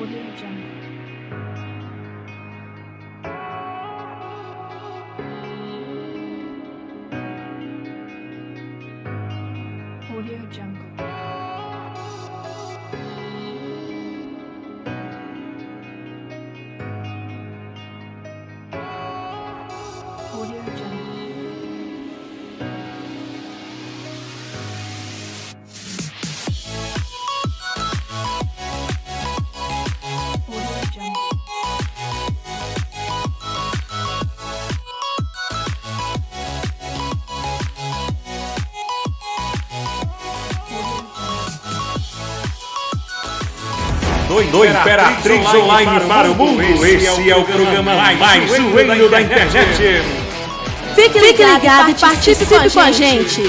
the jungle. Audio Jungle. Audio Jungle. Audio Jungle. Audio Jungle. Do Imperatriz, Online para, o mundo. Esse é o programa mais zoeiro da internet. Fique ligado, e participe com a gente.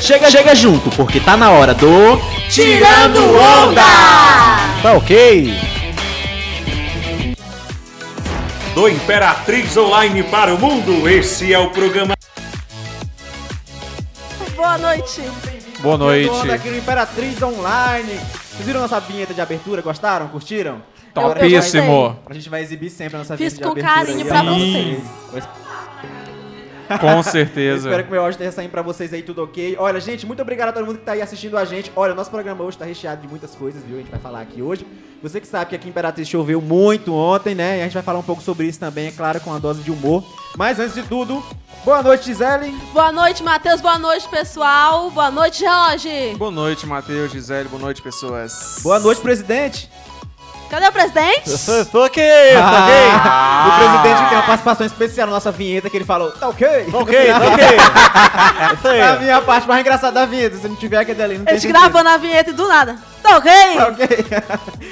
Chega, chega junto, porque tá na hora do. Tirando onda! Tá ok? Do Imperatriz Online para o mundo. Esse é o programa. Boa noite. Boa Onda noite. aqui no Imperatriz Online. Vocês viram nossa vinheta de abertura? Gostaram? Curtiram? É Agora a gente vai- Topíssimo. A gente vai exibir sempre a nossa Fiz vinheta de com abertura. carinho aí. pra Sim. Eu Com Eu espero certeza. que meu áudio tenha saído pra vocês aí, tudo ok. Olha, gente, muito obrigado a todo mundo que tá aí assistindo a gente. Olha, o nosso programa hoje tá recheado de muitas coisas, viu? A gente vai falar aqui hoje. Você que sabe que aqui em Imperatriz choveu muito ontem, né? E a gente vai falar um pouco sobre isso também, é claro, com uma dose de humor. Mas antes de tudo, boa noite, Gisele. Boa noite, Matheus. Então, Boa noite, pessoal. Boa noite, Jorge. Boa noite, Matheus, Gisele. Boa noite, pessoas. Boa noite, presidente. Ah! Cadê o presidente? Tô ok, tá ok? O presidente tem uma participação especial na nossa vinheta que ele falou, tá ok. Tá ok, tá ok. Isso É a aí. minha parte mais engraçada da vida. Se não tiver aquele ali, não tem Eles sentido. gravando a vinheta e do nada. Tá ok? Tá ok.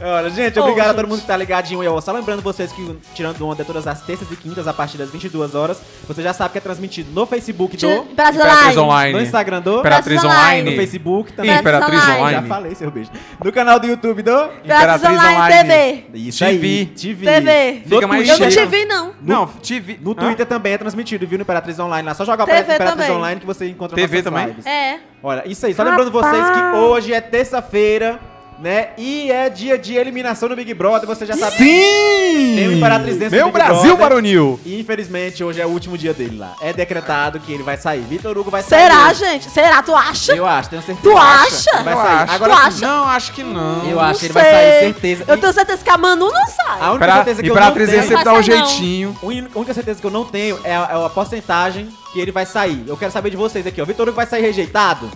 Olha, gente, Ô, obrigado a todo gente. mundo que tá ligadinho aí. ó. Só lembrando vocês que o Tirando Onda é todas as terças e quintas a partir das 22 horas. Você já sabe que é transmitido no Facebook Tira- do, Brasil Imperatriz Online. no Online. Instagram do, Imperatriz no Online. Facebook também. Imperatriz Imperatriz Já Online. falei, seu beijo. No canal do YouTube do... Imperatriz Imperatriz Online, Online. TV. Isso TV. aí, TV. TV. No Fica mais Eu Twitter. não te Chega. vi, não. Não, tive. No Twitter também é transmitido, viu? No Imperatriz Online. Lá só joga TV Imperatriz também. Online que você encontra TV nossas também? lives. É. Olha, isso aí. Só lembrando vocês que hoje é terça-feira, né? E é dia de eliminação do Big Brother, você já sabe. Sim! Tem o Imperatriz dentro do Meu Big Brasil Brother. varonil. E infelizmente hoje é o último dia dele lá. É decretado que ele vai sair. Vitor Hugo vai sair. Será, gente? Será? Tu acha? Eu acho, tenho certeza. Tu acha? Vai Eu sair. acho. Agora Tu sim. acha? Não, acho que não. Eu Não acho, ele vai sei. sair, certeza. Eu tenho certeza que a Manu não sai. A única Pra- certeza que eu não Imperatriz ia tenho. é sempre dar um Não vai sair, não. jeitinho. A única- a única certeza que eu não tenho é a, é a porcentagem que ele vai sair. Eu quero saber de vocês aqui, ó. Vitor Hugo vai sair rejeitado?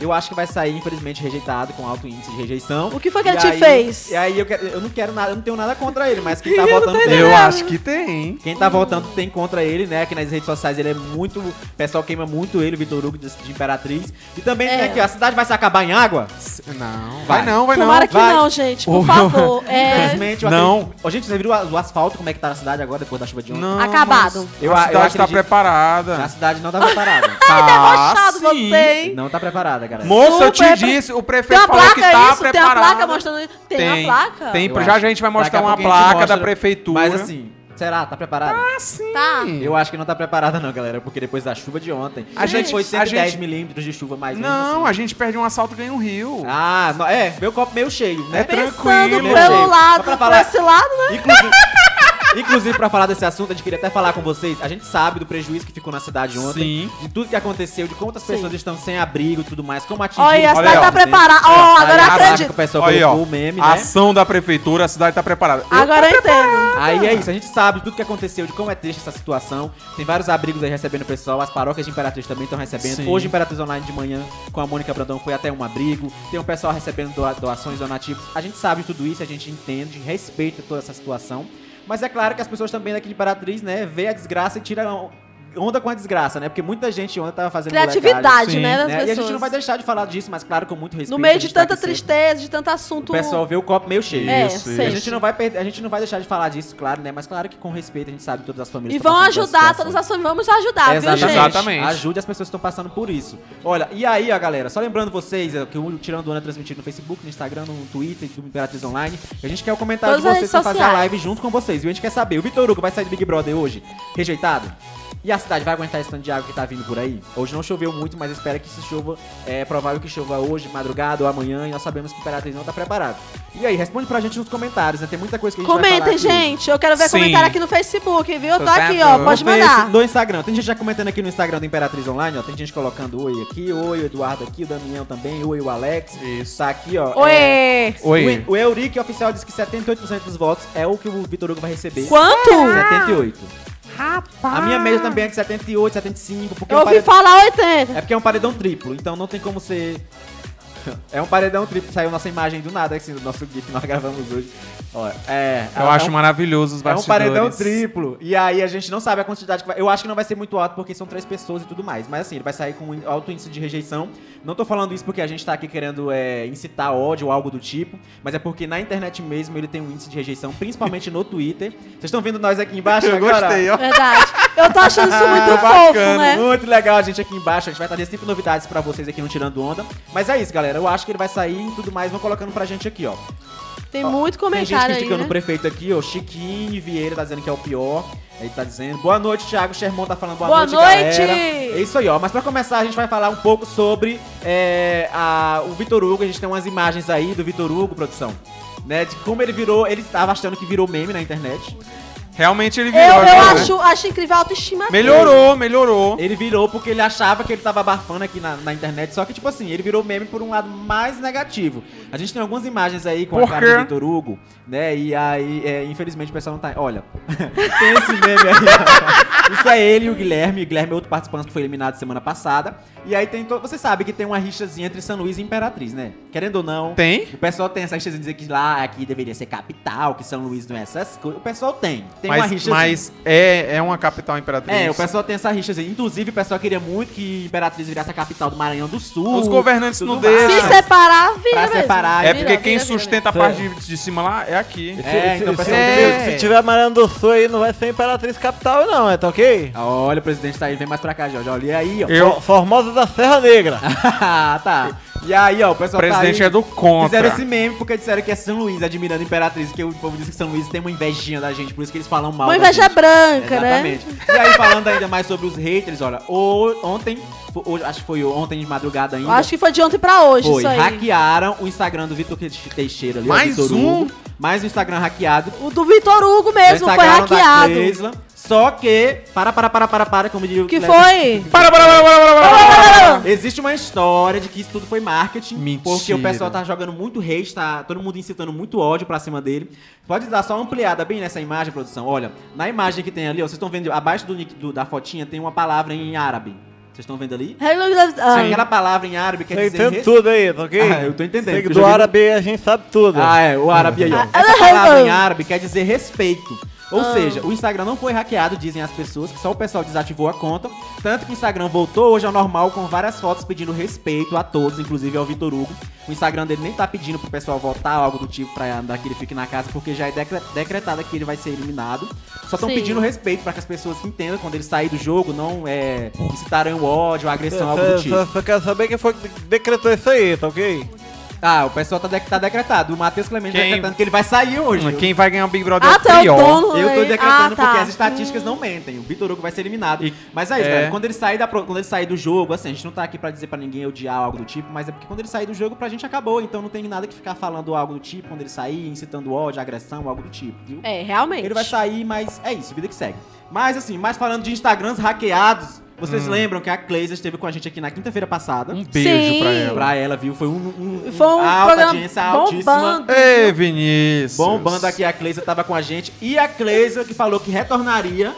Eu acho que vai sair, infelizmente, rejeitado, com alto índice de rejeição. O que foi que ele E te aí- fez? E aí eu, quero- eu não quero nada, eu não tenho nada contra ele, mas quem tá Eu não votando tenho tem. Eu acho que tem. Quem tá votando tem contra ele, né? Que nas redes sociais ele é muito. O pessoal queima muito ele, Vitor Hugo de, de Imperatriz. E também tem É. aqui, ó, a cidade vai se acabar em água? Não. Vai não, vai não. Tomara que vai. não, gente. Por Ô, favor. É. Infelizmente, eu Não. acredito- Ó, gente, vocês viram o asfalto, como é que tá na cidade agora, depois da chuva de ontem? Não, Acabado. mas Eu- eu a cidade tá acredito- A preparada. cidade não tá preparada. Tá Debochado sim. você, hein? não tá preparada, galera. Moça, eu Super te pre- disse, o Tem prefeito uma falou que placa é tá isso? Tem uma preparado. placa mostrando. Tem, uma placa? Tem, Eu já a acho. gente vai Daqui mostrar a uma pouquinho a gente placa da mostra, prefeitura. Mas assim, será? Tá preparada? Ah, Tá. Eu acho que não tá preparada não, galera, porque depois da chuva de ontem, A gente- foi a 110 gente- milímetros de chuva mais assim. Não, a a gente perde um assalto e ganha um rio. é Ah, não- é, meu copo meio cheio, né? É Pensando tranquilo, pelo gente. lado, Só pra pra falar- esse lado, né? Inclusive, inclusive, pra falar desse assunto, a gente queria até falar com vocês. A gente sabe do prejuízo que ficou na cidade Sim. ontem. De tudo que aconteceu, de quantas Sim. pessoas estão sem abrigo e tudo mais. Como atingir. né? Olha, a Olha aí, cidade ó. tá preparada. Ó, agora eu Aliás, que o acredito. pessoal Olha aí, ó. colocou o meme, a né? ação da prefeitura, a cidade tá preparada. Eu- Agora eu entendo. Aí é isso, a gente sabe tudo que aconteceu, de como é triste essa situação. Tem vários abrigos aí recebendo o pessoal, as paróquias de Imperatriz também estão recebendo. Sim. Hoje, Imperatriz Online de manhã, com a Mônica Brandão, foi até um abrigo. Tem um pessoal recebendo doa- doações, donativos. A gente sabe tudo isso, a gente entende, respeita toda essa situação. Mas é claro que as pessoas também daqui de Imperatriz, né, vê a desgraça e tiram onda com a desgraça, né? Porque muita gente onda tava fazendo molecagem, Criatividade, Sim, né, das né? E a pessoas. gente não vai deixar de falar disso, mas claro, com muito respeito. No a meio gente de tá tanta aqui sempre. tristeza, de tanto assunto. O pessoal vê o copo meio cheio. É, Isso, sei. A gente não vai perder, a gente não vai deixar de falar disso, claro, né? Mas claro que com respeito a gente sabe que todas as famílias. E estão vão passando por ajudar essa todas situação. as pessoas. Vamos ajudar, viu, gente? Exatamente. Ajude as pessoas que estão passando por isso. Olha, e aí, ó, galera, só lembrando vocês ó, que o Tirando Onda é transmitido no Facebook, no Instagram, no Twitter, do Imperatriz Online. E a gente quer o comentário Todas as de vocês pra fazer a sociais. live junto com vocês. E a gente quer saber, o Vitor Hugo vai sair do Big Brother hoje? Rejeitado? E a cidade vai aguentar esse tanto de água que tá vindo por aí? Hoje não choveu muito, mas espera que se chova. É provável que chova hoje, madrugada ou amanhã, e nós sabemos que Imperatriz não tá preparado. E aí, responde pra gente nos comentários, né? Tem muita coisa que a gente vai falar Comentem, aqui hoje. gente. Eu quero ver Sim. comentário aqui no Facebook, viu? Eu tô Tá aqui, ó. bom. Pode Não tem mandar. esse No Instagram. Tem gente já comentando aqui no Instagram do Imperatriz Online, ó. Tem gente colocando oi aqui, oi o Eduardo aqui, o Damião também, oi o Alex. Isso. Tá aqui, ó. É, Oi! Oi. O, o Eurico oficial diz que 78% dos votos é o que o Vitor Hugo vai receber. É. Quanto? 78. Rapaz. A minha média também é de 78, 75, porque Eu é um ouvi paredão- falar 80. é porque é um paredão triplo, então não tem como ser É um paredão triplo, saiu nossa imagem do nada assim do nosso gif que nós gravamos hoje. Ó, é, é Eu um- acho maravilhoso os é um bastidores. paredão triplo. E aí a gente não sabe a quantidade que vai. Eu acho que não vai ser muito alto porque são três pessoas e tudo mais. Mas assim, ele vai sair com um alto índice de rejeição. Não tô falando isso porque a gente tá aqui querendo é, incitar ódio ou algo do tipo. Mas é porque na internet mesmo ele tem um índice de rejeição, principalmente no Twitter. Vocês estão vendo nós aqui embaixo Eu agora? gostei, ó. Verdade. Eu tô achando Ah, isso muito fofo, bacana. né? Muito legal, gente, aqui embaixo. A gente vai trazer sempre novidades pra vocês aqui no Tirando Onda. Mas é isso, galera. Eu acho que ele vai sair e tudo mais. Vão colocando pra gente aqui, ó. Tem muito Tem gente comentário aí, criticando né? o prefeito aqui, ó. Chiquinho Vieira tá dizendo que é o pior. Ele tá dizendo. Boa noite, Thiago. Sherman tá falando boa, Boa noite. noite! galera. É isso aí, ó. Mas pra começar, a gente vai falar um pouco sobre é, a- o Vitor Hugo. A gente tem umas imagens aí do Vitor Hugo, produção. Né, de como ele virou, ele tava achando que virou meme na internet. Realmente ele Eu, virou. eu agora, né? acho, acho incrível a autoestima dele. Melhorou, melhorou. Ele virou porque ele achava que ele tava abafando aqui na, na internet. Só que, tipo assim, ele virou meme por um lado mais negativo. A gente tem algumas imagens aí com Por a cara quê? do Vitor Hugo, né? E aí, é, infelizmente, o pessoal não tá. Olha, tem esse meme aí. ó. Isso é ele e o Guilherme. O Guilherme é outro participante que foi eliminado semana passada. E aí tem. to- Você sabe que tem uma rixazinha entre São Luís e Imperatriz, né? Querendo ou não. Tem? O pessoal tem essa rixa de dizer que lá aqui deveria ser capital, que São Luís não é essas coisas. O pessoal tem. Tem uma mas rixa. mas é, é uma capital imperatriz. É, o pessoal tem essa rixa. assim. Inclusive, o pessoal queria muito que Imperatriz virasse a capital do Maranhão do Sul. Os governantes tudo não mais. deixam. Se é separar, vira Pra mesmo. separar, É Ah, Vira, porque quem vira, vira. sustenta a parte de, de cima lá é aqui. É, então o se, pessoal É. se tiver Mariano do Sul aí, não vai ser Imperatriz Capital, não, é tá ok? Olha, o presidente tá aí, vem mais pra cá, Jorge. Olha, e aí, ó. Eu, For- Formosa da Serra Negra. Ah, tá. E aí, ó, o o pessoal presidente tá aí. é do contra. Fizeram esse meme porque disseram que é São Luís admirando a Imperatriz, que o povo diz que São Luís tem uma invejinha da gente, por isso que eles falam mal. Uma da inveja gente. branca, né? Exatamente. E aí, falando ainda mais sobre os haters, olha, o- ontem, o- acho que foi ontem de madrugada ainda. Eu Acho que foi de ontem pra hoje Foi, isso aí. hackearam o Instagram do Vitor Teixeira ali. ó, Mais Vitor um? Hugo. Mais um Instagram hackeado. O do Vitor Hugo mesmo O foi Instagram da hackeado. Cleisla. Só que. Para, para, para, para, para, como diria o Que Cleber. foi? Para, para, para, para, para, para, para. Existe uma história de que isso tudo foi marketing. Mentira. Porque o pessoal tá jogando muito hate, tá todo mundo incitando muito ódio pra cima dele. Pode dar só uma ampliada bem nessa imagem, produção. Olha, na imagem que tem ali, ó, vocês estão vendo abaixo do nick do- da fotinha tem uma palavra em árabe. Vocês estão vendo ali? Hello, Love- ah, Aquela palavra em árabe quer Eu dizer. entendo res- tudo aí, tá ok? Ah, eu tô entendendo, Sei que porque eu do joguei no- árabe a gente sabe tudo. Ah, é, o árabe aí, ó. Ah, Essa palavra ah, em ah. árabe quer dizer respeito. Ou seja, o Instagram não foi hackeado, dizem as pessoas, que só o pessoal desativou a conta. Tanto que o Instagram voltou hoje ao normal com várias fotos pedindo respeito a todos, inclusive ao Vitor Hugo. O Instagram dele nem tá pedindo pro pessoal votar ou algo do tipo pra andar que ele fique na casa, porque já é decre- decretado que ele vai ser eliminado. Só estão Sim. pedindo respeito pra que as pessoas entendam quando ele sair do jogo, não é, incitarem o ódio, a Só- agressão, algo Só, do tipo. só- só quero saber quem foi que de- decretou isso aí, tá ok? Ah, o pessoal tá, de- tá decretado. O Matheus Clemente tá Quem- decretando que ele vai sair hoje. Hum, Quem vai ganhar o Big Brother Ah, é o tá, é o Prior. dono. Eu tô aí. decretando Ah, tá. porque as estatísticas não mentem. O Vitor Hugo vai ser eliminado. E- Mas é isso, é. galera. Quando ele, sair da, pro- quando ele sair do jogo, assim, a gente não tá aqui pra dizer pra ninguém odiar ou algo do tipo, mas é porque quando ele sair do jogo, pra gente acabou. Então não tem nada que ficar falando algo do tipo quando ele sair, incitando ódio, agressão, algo do tipo, viu? É, realmente. Ele vai sair, mas é isso, vida que segue. Mas assim, mas falando de Instagrams hackeados, vocês lembram que a Cleisa esteve com a gente aqui na quinta-feira passada? Hum. Um beijo Sim. pra ela. Pra ela, viu? Foi um, um, Foi um alta programa audiência é altíssima. bombando. Ei, Vinícius. Bombando aqui, a Cleisa tava com a gente. E a Cleisa que falou que retornaria.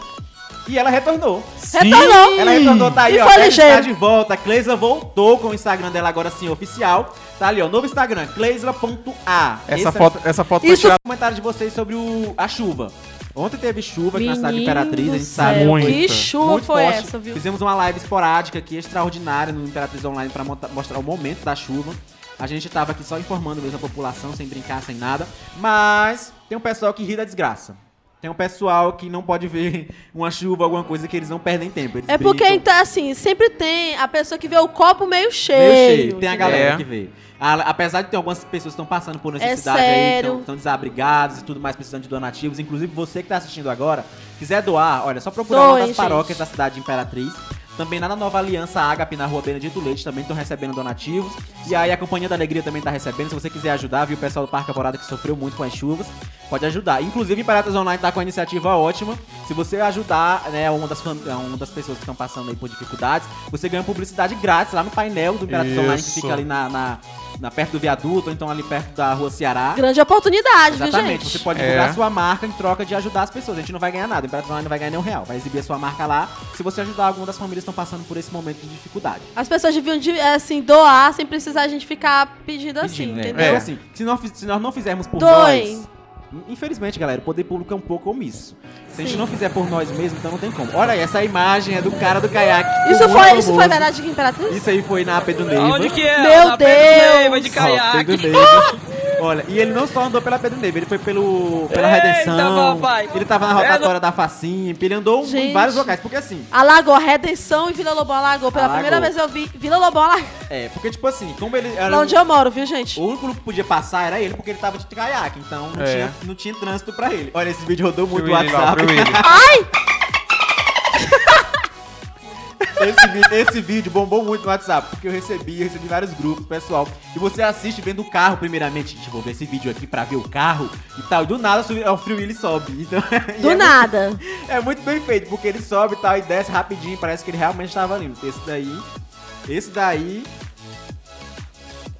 E ela retornou. Retornou. Ela retornou, tá aí, E ó. foi Cleisa ligeiro. tá de volta. A Cleisa voltou com o Instagram dela agora sim, oficial. Tá ali, ó. Novo Instagram, cleisla.a. Esse é Essa o foto, essa foto foi Isso tirada. comentário de vocês sobre o- a chuva. Ontem teve chuva aqui na cidade de Menino Imperatriz, a gente do sabe. céu, Muito. Que chuva Muito foi forte. essa, viu? Fizemos uma live esporádica aqui, extraordinária, no Imperatriz Online, pra monta- mostrar o momento da chuva. A gente tava aqui só informando mesmo a população, sem brincar, sem nada. Mas tem um pessoal que ri da desgraça. Tem um pessoal que não pode ver uma chuva, alguma coisa, que eles não perdem tempo. Eles É porque, brincam. então, assim, sempre tem a pessoa que vê o copo meio cheio. Meio cheio. Tem a galera É. que vê. A- apesar de ter algumas pessoas que estão passando por necessidade É sério. aí, estão desabrigadas e tudo mais, precisando de donativos. Inclusive, você que está assistindo agora, quiser doar, olha, só procurar uma Doem, das paróquias gente. da cidade de Imperatriz. Também lá na Nova Aliança Ágape, na Rua Benedito Leite, também estão recebendo donativos. E aí a Companhia da Alegria também está recebendo. Se você quiser ajudar, viu, o pessoal do Parque Alvorada que sofreu muito com as chuvas, pode ajudar. Inclusive, Imperatriz Online está com uma iniciativa ótima. Se você ajudar, né, uma das, fam- uma das pessoas que estão passando aí por dificuldades, você ganha publicidade grátis lá no painel do Imperatriz Online, que Isso. fica ali na, na, na- perto do viaduto, ou então ali perto da Rua Ceará. Grande oportunidade, Exatamente, viu, você gente? pode É. divulgar sua marca em troca de ajudar as pessoas. A gente não vai ganhar nada, o Imperatriz Online não vai ganhar nenhum real. Vai exibir a sua marca lá se você ajudar alguma das famílias que estão passando por esse momento de dificuldade. As pessoas deviam, de- assim, doar sem precisar a gente ficar pedindo assim, Pedindo, né? entendeu? Então, É. assim, se nós, fi- se nós não fizermos por Doem. nós. Infelizmente, galera, o poder público é um pouco omisso. Se a gente Sim. não fizer por nós mesmos, então não tem como. Olha aí, essa imagem é do cara do caiaque. Isso, muito foi, isso foi famoso. verdade aqui, Imperatriz? Isso aí foi na Pedro Neiva. Aonde que é? Meu Na Pedro Deus! Neiva de Ó, Pedro caiaque. Neiva. Olha, e ele não só andou pela Pedro Neve, ele foi pelo, pela Eita, Redenção. papai. Ele tava na É, rotatória da Facimp, ele andou em Gente. vários locais. Porque assim, Alagou, Redenção e Vila Lobão alagou. Pela Alagou. primeira vez eu vi Vila Lobão alagou. é, porque tipo assim, como ele era. Lá onde eu moro, viu, gente? O único grupo que podia passar era ele, porque ele tava de caiaque, então não, É. tinha, não tinha trânsito pra ele. Olha, esse vídeo rodou muito Pro no Willy lá, WhatsApp. pro Willy. Esse, vi- esse vídeo bombou muito no WhatsApp, porque eu recebi, eu recebi vários grupos, pessoal. E você assiste vendo o carro, primeiramente. Gente, vou ver esse vídeo aqui pra ver o carro e tal. E do nada subi- é o frio e ele sobe. Então, e Do é nada. É muito bem feito, porque ele sobe e tal e desce rapidinho, parece que ele realmente tava ali. Esse daí. Esse daí.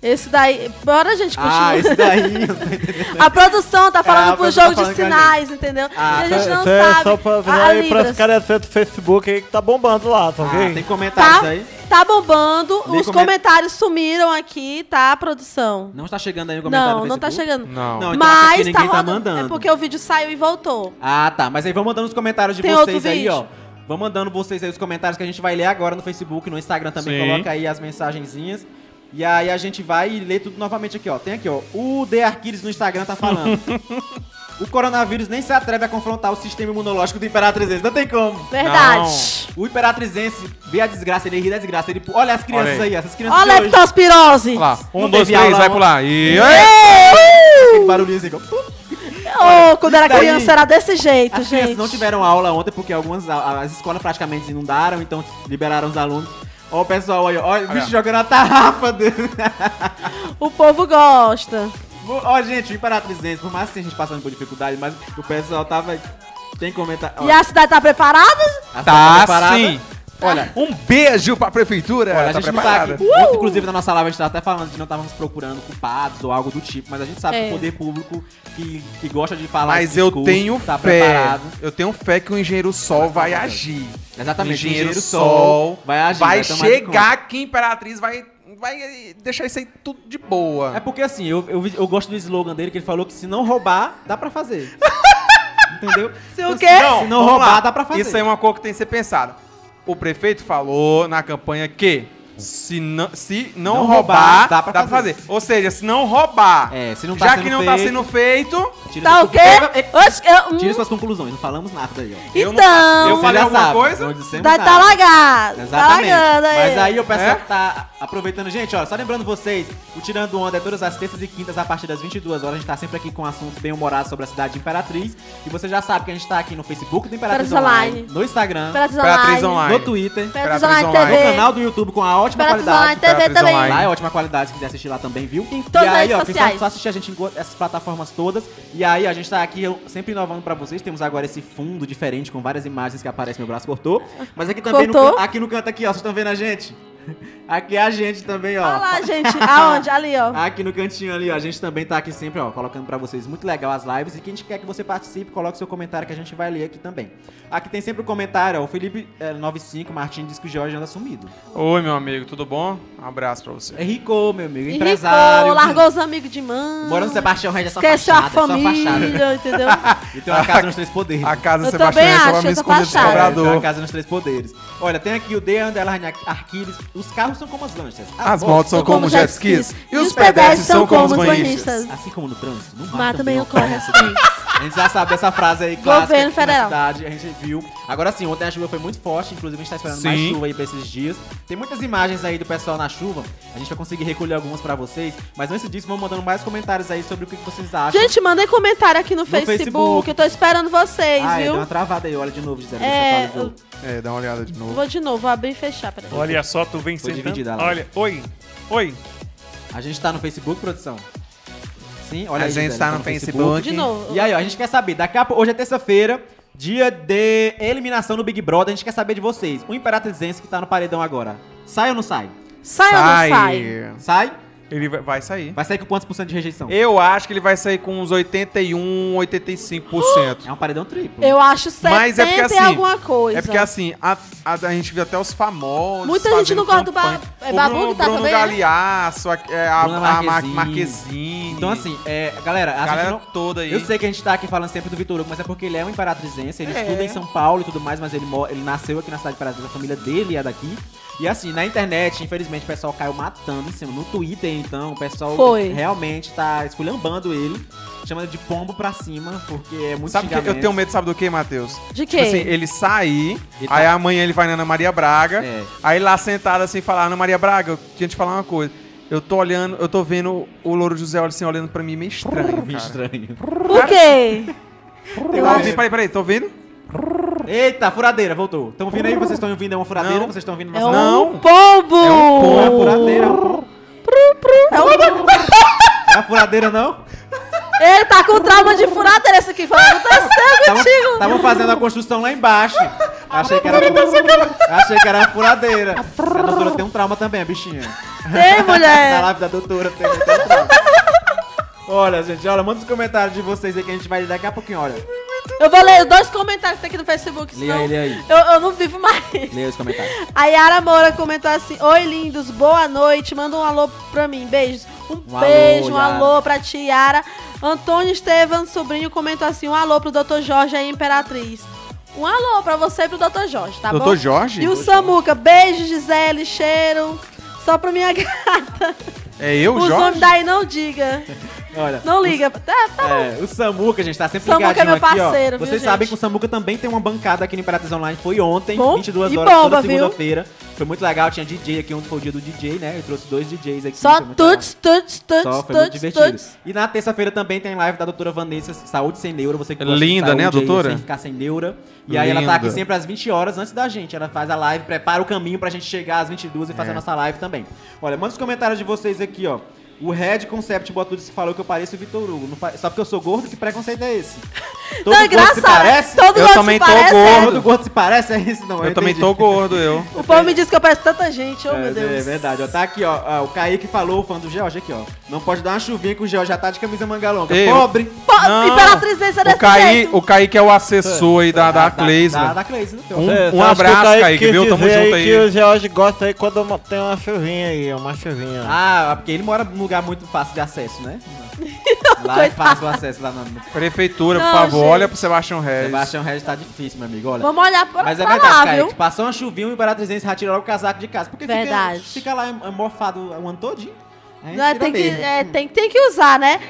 Esse daí. Bora, gente, continua. Ah, esse daí. eu não tô entendendo. A produção tá É, falando a pro produção jogo tá de falando com a sinais, entendeu? Ah, e a gente não Isso sabe. é só pra Ah, avisar aí Libras. pras caras do Facebook aí que tá bombando lá, tá Ah, tem ok? comentários Tá, aí? tá bombando, Nem os comen- comentários sumiram aqui, tá, produção? Não está chegando aí o comentário. Não, no não tá Facebook? chegando. Não. Não, então acho que Mas tá ninguém tá, rodando. mandando. É porque o vídeo saiu e voltou. Ah, tá. Mas aí vão mandando os comentários de Tem outro vocês aí, vídeo? ó. Vão mandando vocês aí os comentários que a gente vai ler agora no Facebook, no Instagram também. Sim. Coloca aí as mensagenzinhas. E aí a gente vai e lê tudo novamente aqui, ó. Tem aqui, ó. O The Arquiles no Instagram tá falando. o coronavírus nem se atreve a confrontar o sistema imunológico do Imperatriz. Não tem como. Verdade. O Imperatrizense vê a desgraça, ele ri da desgraça. Ele... Olha as crianças Olha aí. aí. essas crianças Olha a de hoje. leptospirose. Olha lá. Um, Não dois, teve aula três, vai ontem. pular. E. Aquele barulhinho assim, ó. Ô, quando era isso daí- criança era desse jeito, As gente. crianças não tiveram aula ontem porque algumas a- as escolas praticamente inundaram, então liberaram os alunos. Ó, o pessoal aí, ó, ó, o bicho Olha. jogando a tarrafa. do- O povo gosta. Ó, gente, o Imperatrizense, por mais que tenha gente passando por dificuldade, mas o pessoal tava. Tem comentário. ó, E a cidade tá preparada? a cidade Tá preparada. sim. Olha. Um beijo pra prefeitura. Olha, a tá gente não tá preparada? aqui. Uh! Ontem, Inclusive, na nossa live a gente tava até falando de não estávamos procurando culpados ou algo do tipo, mas a gente sabe É. que o poder público que, que gosta de falar. Mas esse eu discurso tenho tá fé. preparado. Eu tenho fé que o engenheiro Sol vai preparado. agir. Exatamente. O engenheiro Engenheiro Sol Sol vai agir, né? Vai vai tomar de chegar aqui em Imperatriz, vai, vai deixar isso aí tudo de boa. Ah. É porque assim, eu, eu, eu gosto do slogan dele que ele falou que se não roubar, dá pra fazer. Entendeu? Se o Então, quê? se não vamos roubar, lá. dá pra fazer. Isso aí é uma coisa que tem que ser pensada. O prefeito falou na campanha que se não, se não, Não roubar, roubar, dá pra fazer. Ou seja, se não um roubar, É, se não tá já sendo que não tá feito, sendo feito, Tira Tá suas o quê? conclusões. Oxe, eu- hum, Tira suas conclusões, não falamos nada daí, ó. eu não- Então, eu Você falei já alguma sabe, coisa? não dissemos tá, tá nada. lagado. Tá Exatamente. lagando aí. Mas aí o pessoal É? que tá aproveitando. Gente, ó, só lembrando vocês, o Tirando Onda é todas as terças e quintas a partir das 22 horas. A gente tá sempre aqui com assuntos bem humorados sobre a cidade de Imperatriz. E você já sabe que a gente tá aqui no Facebook do Imperatriz Imperatriz Online, Online. no Instagram, Imperatriz Imperatriz Online. Online. no Twitter, Imperatriz Imperatriz Online Online. no TV. É canal do YouTube com a ótima Imperatriz qualidade. Online TV Imperatriz também. Online. Lá é ótima qualidade, se quiser assistir lá também, viu? Em todas e aí, as ó, sociais. só, só assistir a gente em go- essas plataformas todas. E aí, ó, a gente tá aqui eu, sempre inovando pra vocês. Temos agora esse fundo diferente com várias imagens que aparecem. Meu braço cortou. Mas aqui também, no, Cortou. can- aqui no canto aqui, ó, vocês estão vendo a gente? Aqui é a gente também, ó. Olha lá, gente. Aonde? Ali, ó. Aqui no cantinho ali, ó, a gente também tá aqui sempre, ó, colocando pra vocês muito legal as lives e quem quer que você participe, coloque seu comentário que a gente vai ler aqui também. Aqui tem sempre o comentário, ó, o Felipe eh, 95 Martins diz que o Jorge anda sumido. Oi, meu amigo, tudo bom? Um abraço pra você. É rico, meu amigo, E empresário. Ricou, largou os amigos de mão. Mora no Sebastião Regis, é só Esqueceu fachada, a é só fachada. família, entendeu? E tem uma casa nos três poderes. A casa Eu Sebastião também é só acho pra me essa esconder do fachada. É, tem uma cobrador. casa nos três poderes. Olha, tem aqui o The Underline Ar- Arquiles. Os carros são como as lanchas. As motos são como jet skis. E os pedestres são como os banhistas. Assim como no trânsito, no mar, Mas também ocorre ocorre acidente. A gente já sabe essa frase aí clássica Governo aqui na federal. cidade, a gente viu. Agora sim, ontem a chuva foi muito forte, inclusive a gente tá esperando mais Sim. chuva aí pra esses dias. Tem muitas imagens aí do pessoal na chuva, a gente vai conseguir recolher algumas pra vocês, mas antes disso, vamos mandando mais comentários aí sobre o que que vocês acham. Gente, mandem comentário aqui no, Facebook. Facebook. Eu tô esperando vocês, ah, é, deu viu? uma travada aí, olha de novo, Gisele, É, você atualizou. É, dá uma olhada de novo. Vou de novo, vou abrir e fechar. Peraí. Olha só, tu vem Foi sentando. dividida lá. Olha, oi, oi. A gente tá no Facebook, produção? Sim, olha A aí, gente Gisele, tá no Facebook. De novo. E aí, ó, a gente quer saber, daqui a pouco, hoje é terça-feira, dia de eliminação do Big Brother, a gente quer saber de vocês. O Imperatrizense que tá no paredão agora, sai ou não sai? Sai, ou não sai? Sai? Ele vai, vai sair. Vai sair com quantos por cento de rejeição? Eu acho que ele vai sair com uns 81, 85%. É um paredão triplo. Eu acho 70 Mas é porque e assim, alguma coisa. É porque assim, a, a, a gente viu até os famosos. Muita gente fazendo não gosta do campanha. Ba- é O Babu Bruno, que tá Bruno também, né? Galeaço, a, é, a, Bruna a Mar- Marquezine. Marquezine. Então assim, é, galera, a a gente galera não- toda aí. Eu sei que a gente tá aqui falando sempre do Vitor Hugo, mas é porque ele é um imperatrizense, ele É. estuda em São Paulo e tudo mais, mas ele, mo- ele nasceu aqui na cidade de Imperatriz, a família dele é daqui. E assim, na internet, infelizmente, o pessoal caiu matando em cima. No Twitter, então, o pessoal Foi. realmente tá esculhambando ele, chamando de pombo pra cima, porque é muito Sabe que eu xingamento. tenho medo, sabe do que, Matheus? De quê? Tipo assim, ele sair, Ele tá- aí amanhã ele vai na Ana Maria Braga, É. aí lá sentado assim, falar, Ana Maria Braga, eu tinha te falar uma coisa. Eu tô olhando, eu tô vendo o Louro José assim, olhando pra mim meio um estranho, cara. Meio estranho. Por quê? Eu acho- ouvi, peraí, peraí, tô ouvindo? Eita, furadeira, voltou. Estão ouvindo aí? Vocês estão ouvindo? É uma furadeira? Não. Vocês estão ouvindo? É nossa- um Não. pombo! É um Não é a pombo. furadeira. É a furadeira, não? Ele tá com trauma de furadeira esse aqui. Tá Foi o que Tá aconteceu contigo. Estavam fazendo a construção lá embaixo. Achei que era, achei que era uma furadeira. A doutora tem um trauma também, a bichinha. Tem, Na mulher. lápide da doutora tem, tem um trauma. Olha, gente, olha, manda os comentários de vocês aí que a gente vai ler daqui a pouquinho, olha. Eu vou ler dois comentários que tem aqui no Facebook, Leia senão aí, leia aí. eu, eu não vivo mais. Leia os comentários. A Yara Moura comentou assim: Oi, lindos, boa noite. Manda um alô pra mim. Beijos. Um, Um alô, beijo, um Yara. alô pra ti, Yara. Antônio Estevam, sobrinho, comentou assim: um alô pro Dr. Jorge aí, Imperatriz. Um alô pra você e pro Dr. Jorge, tá bom? Doutor Jorge? E o Samuca, beijo, Gisele, cheiro. Só pra minha gata. É eu, Os Jorge? homens daí não diga. Olha. Não liga. Tá, tá É, o Samuca, gente, tá sempre Samuca é ligadinho meu aqui, ó. parceiro, viu, Vocês gente? sabem que o Samuca também tem uma bancada aqui no Imperatriz Online. Foi ontem, Bom, 22 e horas, toda bomba, viu? segunda-feira. Foi muito legal, tinha DJ aqui, ontem foi o dia do DJ, né? Eu trouxe dois DJs aqui. Só foi é muito legal. tuts, tuts, tuts, Só, foi muito tuts, divertido. tuts. E na terça-feira também tem live da doutora Vanessa, Saúde Sem Neura. Você que gosta Linda, de saúde né, a aí, doutora? Sem ficar sem neura. E aí ela tá Linda. aqui sempre às 20 horas antes da gente. Ela faz a live, prepara o caminho pra gente chegar às 22 e É. fazer a nossa live também. Olha, manda os comentários de vocês aqui, ó. O Red Concept Botudo disse que falou que eu pareço o Vitor Hugo. Não pa- Só porque eu sou gordo, que preconceito é esse? Todo Não, é gordo se engraçado. parece? Todo Eu mundo também se tô parece. é. gordo. Todo gordo se parece? É isso, não. Eu também entendi. tô gordo, eu. O povo me diz que eu pareço tanta gente, oh é, meu Deus. É verdade, ó. Tá aqui, ó. Ah, O Kaique falou, o fã do George aqui, ó. Não pode dar uma chuvinha que o George já tá de camisa manga longa. Ei, Pobre. Pô, Não. Imperatriz é desse O, Caí, jeito. o Kaique é o assessor aí da, da, Da, Cleisla. da Cleisla. então. Um- Cê- cê um acha abraço, que o Kaique Kaique, quis viu? Tamo dizer junto aí. que o George gosta aí quando mo- tem uma chuvinha aí, uma chuvinha. Ah, porque ele mora num lugar muito fácil de acesso, né? lá é fácil o acesso, lá no... Prefeitura, Não, por favor, gente. olha pro Sebastião Regis. Sebastião Regis tá difícil, meu amigo, olha. Vamos olhar pra, Mas é pra verdade, lá, Kaique. viu? Passou uma chuvinha, o Imperatrizense já tirou o casaco de casa. Porque fica, Verdade. fica lá em- morfado o ano todinho. Aí Não, Né? é, tira tem, que, mesmo. é, tem, tem que usar, né?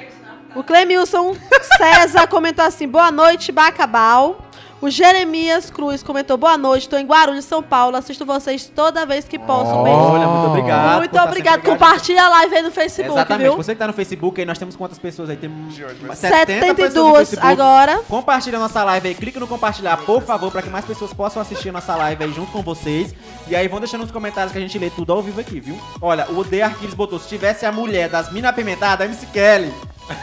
O Clemilson César comentou assim: boa noite, Bacabal. O Jeremias Cruz comentou: boa noite, tô em Guarulhos, São Paulo. Assisto vocês toda vez que posso. Um beijo. Olha, muito obrigado. por Muito tá sempre obrigado. ligadinho. Compartilha a live aí no Facebook, Exatamente. é é viu? Você que tá no Facebook aí, nós temos quantas pessoas aí? Temos 70, pessoas no 72 Facebook. agora. Compartilha a nossa live aí, clica no compartilhar, por favor, pra que mais pessoas possam assistir a nossa live aí junto com vocês. E aí vão deixando nos comentários que a gente lê tudo ao vivo aqui, viu? Olha, o D Arquiles botou, se tivesse a mulher das mina apimentadas, a MC Kelly.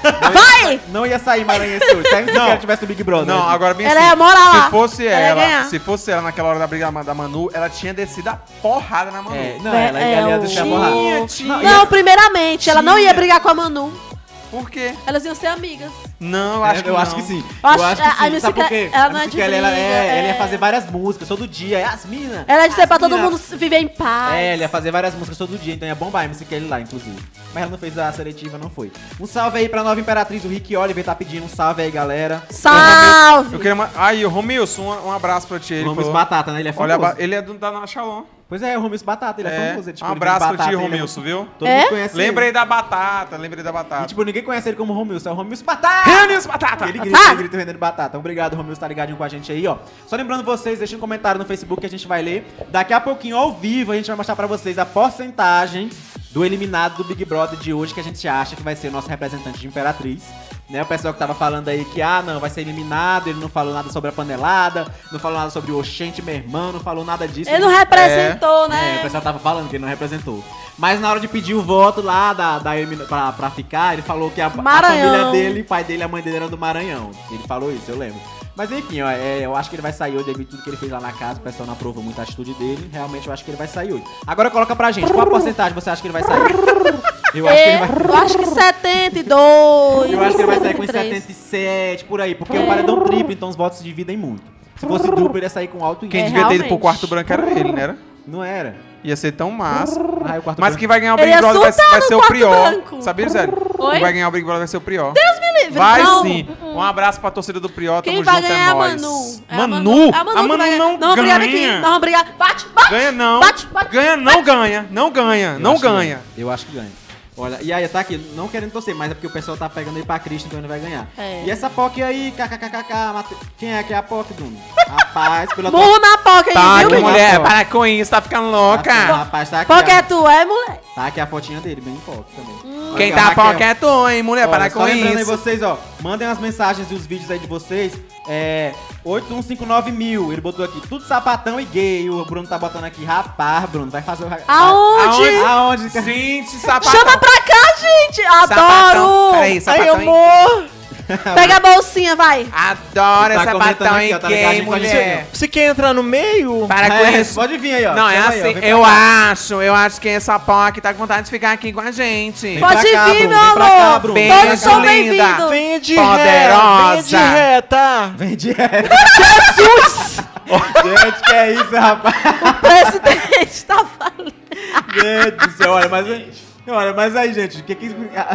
Não Vai! Ia, não ia sair maranhense hoje. Se a MC Não. Kelly tivesse o Big Brother. Não, agora bem Ela ia morar lá. Se fosse Ela ia ela, ganhar. se fosse ela naquela hora da briga da Manu, ela tinha descido a porrada na Manu. É, não, ela, É, ela ia o- deixar borrar. tinha. Não, primeiramente, ela não ia Tinha. brigar com a Manu. Por quê? Elas iam ser amigas. Não, eu acho que É, eu não. acho que sim. Eu Eu acho, acho- que a- sim. a MC Sabe por Kelly- quê? ela A não é MC de Kelly, ela, briga, é, ela ia é. fazer várias músicas todo dia. É as minas. Ela ia dizer pra todo mundo mundo se- viver em paz. É, ele ia fazer várias músicas todo dia, então ia bombar a MC Kelly lá, inclusive. Mas ela não fez a seletiva, não foi. Um salve aí pra nova imperatriz, o Rick Oliver tá pedindo um salve aí, galera. Eu Salve! queria. ma- Aí, o Romilson, um, um abraço pra ti. Ele Vamos falou, batata, né? Ele é olha, famoso. ba- ele é do, da Nana Shalom. Pois é, o Romilson Batata, ele é, É. famoso. Ele, um ninguém abraço pro batata, tio ele é- Romilson, viu? Todo mundo É? conhece ele. Lembrei da batata, lembrei da E, batata. tipo, ninguém conhece ele como Romilson. É o Romilson Batata! Reuniu-se batata! Ele grita, ele grita vendendo batata. Obrigado, Romilson, tá ligadinho com a gente aí, ó. Só lembrando vocês, deixem um comentário no Facebook que a gente vai ler. Daqui a pouquinho, ao vivo, a gente vai mostrar pra vocês a porcentagem do eliminado do Big Brother de hoje que a gente acha que vai ser o nosso representante de Imperatriz. Né, o pessoal que tava falando aí que, ah, não, vai ser eliminado, ele não falou nada sobre a panelada, não falou nada sobre o Oxente, meu irmão, não falou nada disso. Ele não representou, né? É, o pessoal tava falando que ele não representou. Mas na hora de pedir o voto lá da, da Emily pra, pra ficar, ele falou que a, a Maranhão. família dele, pai dele e a mãe dele eram do Maranhão. Ele falou isso, eu lembro. Mas enfim, ó, é, eu acho que ele vai sair hoje, devido a tudo que ele fez lá na casa, o pessoal não aprovou muito a atitude dele. Realmente eu acho que ele vai sair hoje. Agora coloca pra gente, qual a porcentagem você acha que ele vai sair? Eu acho que ele vai. Eu acho que 72. Eu acho que ele vai sair com uns 73. 77, por aí, porque o paredão triplo, então os votos se dividem muito. Se fosse duplo, ele ia sair com alto Quem índice. É, devia ter ido pro realmente. quarto branco era ele, né? era? Não era. Ia ser tão massa. Ah, o quarto Mas branco. quem vai ganhar o Ele Big ia Brother vai, surtar vai no ser o quarto Prior. branco. Sabia, Zé? Oi? Quem vai ganhar o Big Brother vai ser o Prior. Deus me livre. vai não. sim. Um abraço pra torcida do Prior. Quem Tamo vai junto, ganhar é é a nóis. Manu. É Manu? A Manu, A que Manu vai ganhar. não Não, obrigada ganha. aqui. Não, obrigada. Bate, bate. Ganha não. Bate, bate. Ganha não ganha. Não ganha. Eu Não acho que ganha. Eu acho que ganha. Olha, e aí, tá aqui, não querendo torcer, mas é porque o pessoal tá pegando aí pra Cristo, então ele vai ganhar. É. E essa POC aí, kkkk, mate... quem é que é a POC, Duno? Rapaz, pela Murro na POC aí, Tá, viu, que menino? menino? mulher, para com isso, tá ficando Rapaz, louca. rapaz, tá aqui. POC é a... tu, é, moleque? Tá aqui a fotinha dele, bem POC também. Quem tá pau POC é tu, hein, mulher, para Olha, só com lembrando aí isso. vocês, ó, mandem as mensagens e os vídeos aí de vocês. É 8159 mil. Ele botou aqui tudo sapatão e gay. O Bruno tá botando aqui, rapaz, Bruno, vai fazer o. Aonde? Aonde? cara? Gente, sapatão. Chama pra cá, gente. Adoro. Sapatão. tá. Peraí, Ai, sapatão, hein? amor. Pega a bolsinha, vai. Adoro Tá essa comentando sapatão aqui, em ó, tá ligado? gay, Gente, olha isso aí, mulher. Se quer entrar no meio. Para com É, isso. pode vir aí, ó. Não, é Chama aí, ó, assim. vem pra eu cá. acho, eu acho que essa pau aqui tá com vontade de ficar aqui com a gente. Vem Pode pra cá, vir, Bruno, meu vem pra cá, amor. Bruno. Bem Todos são linda. bem-vindos. Vem de ré. Vem de Ah, Poderosa. ré, tá? Vem de Gente, que é isso, rapaz? O presidente tá falando. Gente do céu, olha, mas. Olha, mas aí, gente, o que que.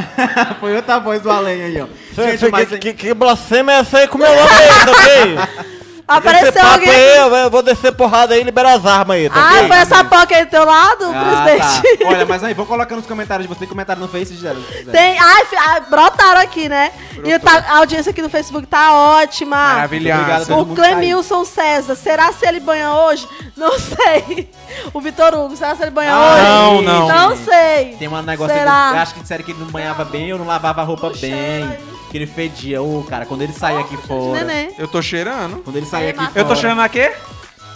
Foi outra voz do além aí, ó. Cê- Gente, cê- mas. que, que, que blasfêmia é essa aí com meu nome aí, tá ok? Esse Apareceu papo alguém. Aí, aqui. eu eu vou descer porrada aí e liberar as armas aí, tá Ah, ok? foi essa POC aí do teu lado, Ah, presidente? tá. Olha, mas aí, vou colocar nos comentários de você. Tem comentário no Face, Gisele. se quiser. Tem. Ai, fi- ah, brotaram aqui, né? E tá- a audiência aqui no Facebook tá ótima. Obrigado, Maravilhosa. Todo O mundo tá aí. Clemilson César, será se ele banha hoje? Não sei. O Vitor Hugo, será se ele banha Ah, hoje? Não, gente. não. Não sei. Tem um negócio Será? aí, eu acho que disseram que ele não banhava bem ou não lavava a roupa Puxa, bem. aí. Que ele fedia. Ô, cara, quando ele sair aqui fora. Nenê. Eu tô cheirando. Quando ele sair Ele aqui matou. fora. Eu tô cheirando a quê?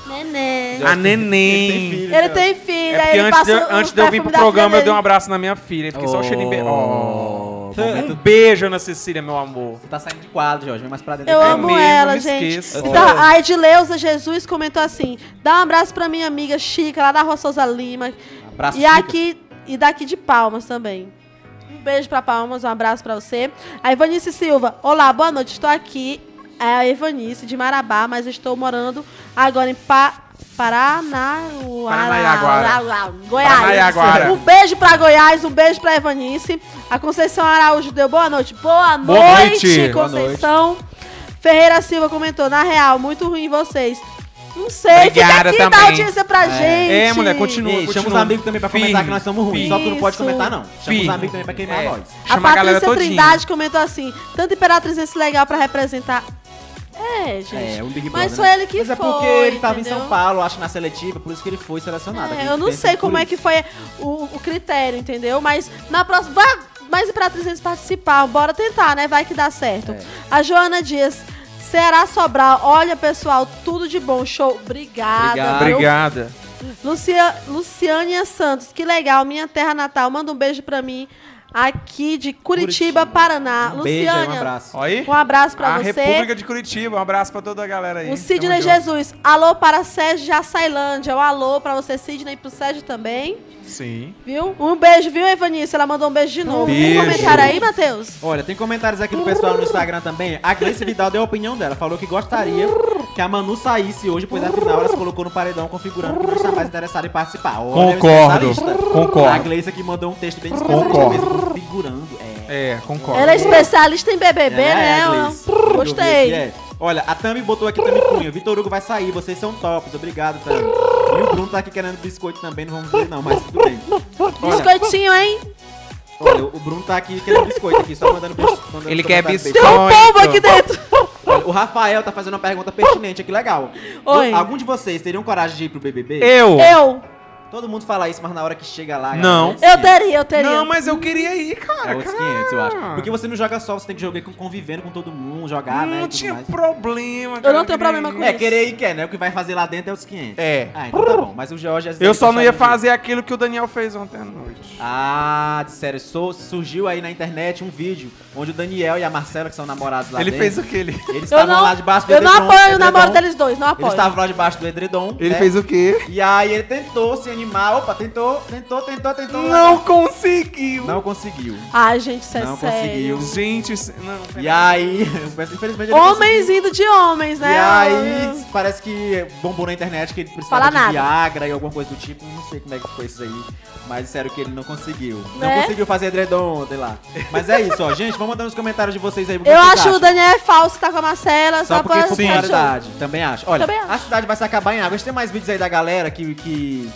Nenê. A Ele tem neném. filho, Ele cara. tem filha, É porque ele antes de, passa o antes de eu vir pro perfume da programa, filha eu dei um dele. abraço na minha filha. Fiquei só cheirando em be... Oh, oh. momento- Um beijo, Ana Cecília, meu amor. Você tá saindo de quadro, Jorge. Vem mais pra dentro. Eu da É amo mesmo, ela, me gente. esqueço. Então, a Edileuza Jesus comentou assim: dá um abraço pra minha amiga Chica, lá da Rua Souza Lima. Abraço, e Chica. aqui e daqui de Palmas também. Um beijo pra Palmas, um abraço pra você. A Ivanice Silva, olá, boa noite, estou aqui. É a Ivanice de Marabá, mas estou morando agora em pa Paranaguá. Paranaguara. Goiás. Paranaguara. Um beijo pra Goiás, um beijo pra Evanice. A Conceição Araújo deu boa noite. Boa noite, Boa noite. Boa noite. Conceição. Ferreira Silva comentou, na real, muito ruim vocês. Não sei, Obrigada fica aqui dá também. audiência pra gente. É, mulher, continua. Ei, chama os continua. amigos também pra comentar Firme, que nós somos ruins. Só que tu não pode Isso. comentar, não. Chama os Firme. amigos também pra queimar É. nós. A Chama a galera Patrícia todinha. Trindade comentou assim, tanta Imperatriz esse legal pra representar... É, gente. É, um Big Brother. Mas foi ele que Mas é foi, porque ele tava em entendeu? São Paulo, acho, na seletiva, por isso que ele foi selecionado. É, Aqui, eu não tem sei tudo como é que isso. foi o, o critério, entendeu? Mas na próxima. Vai, mais Imperatriz antes de participar. Bora tentar, né? Vai que dá certo. É. A Joana Dias. Ceará Sobral, olha pessoal, tudo de bom, show. Obrigada. Obrigado. viu? Obrigada. Lucia, Luciânia Santos, que legal, minha terra natal. Manda um beijo pra mim aqui de Curitiba, Curitiba. Paraná. Um beijo, aí, Luciânia, um abraço. Olha aí. um abraço pra A você. República de Curitiba. Um abraço pra toda a galera aí. O Sidney Tamo junto. Jesus, alô para Sérgio de Açailândia. Um alô pra você, Sidney, e pro Sérgio também. Sim. Viu? Um beijo, viu, Evanice? Ela mandou um beijo de novo. Tem beijo. comentário aí, Matheus? Olha, tem comentários aqui do pessoal no Instagram também. A Gleice Vidal deu a opinião dela. Falou que gostaria que a Manu saísse hoje, pois afinal ela se colocou no paredão configurando que não está mais interessada em participar. Olha, eu Concordo, especialista. concordo. A Gleice aqui mandou um texto bem específico, Concordo. mesmo, configurando. É. É, concordo. Ela é especialista em BBB, É, né? Gleice. Gostei. Deixa eu ver aqui, é. Olha, a Tami botou aqui também Cunha. Vitor Hugo vai sair, vocês são tops. Obrigado, Tami. E o Bruno tá aqui querendo biscoito também, não vamos dizer não, mas tudo bem. Olha, Biscoitinho, hein? olha, o Bruno tá aqui querendo biscoito aqui, só mandando biscoito. Ele quer Tem biscoito. um então. pombo aqui dentro. Olha, o Rafael tá fazendo uma pergunta pertinente aqui, legal. Oi. Algum de vocês teriam coragem de ir pro BBB? Eu? Eu, Todo mundo fala isso, mas na hora que chega lá... Não. galera, é outros 500. eu teria, eu teria. Não, mas eu queria ir, cara. É outros cara. 500, eu acho. Porque você não joga só, você tem que jogar com- convivendo com todo mundo, jogar, né? e não tudo tinha mais. problema, cara. não queria tenho problema ir. com É, querer e quer, né? O que vai fazer lá dentro é os 500. É. Ah, então tá bom. Mas o George... Eu só não ia fazer aquilo que o Daniel fez ontem à noite. Ah, sério, so- surgiu aí na internet um vídeo onde o Daniel e a Marcela, que são namorados lá ele dentro, fez o que? Ele, eles eu estavam não, lá debaixo do eu não edredom, apoio o edredom. namoro deles dois, não Eles apoio. estavam lá debaixo do edredom. ele né? fez o quê? E aí ele tentou se animar. Opa, tentou, tentou, tentou, tentou. Não conseguiu. Não conseguiu. Ai, gente, isso é Não sério. conseguiu. Gente, isso- não. E aí, infelizmente ele não Homens indo de homens, né? E aí, parece que bombou na internet que ele precisava Fala de nada. Viagra e alguma coisa do tipo. Não sei como é que ficou isso aí. Mas disseram que ele não conseguiu. Não Né? conseguiu fazer edredom, sei lá. Mas é isso, ó. Gente, vamos mandar nos comentários de vocês aí. o que Eu vocês acho o acham. Daniel é falso que tá com a Marcela, só, Só porque é pra por popularidade. Também acho. Olha, Também a acho. cidade vai se acabar em água. A gente tem mais vídeos aí da galera que... que...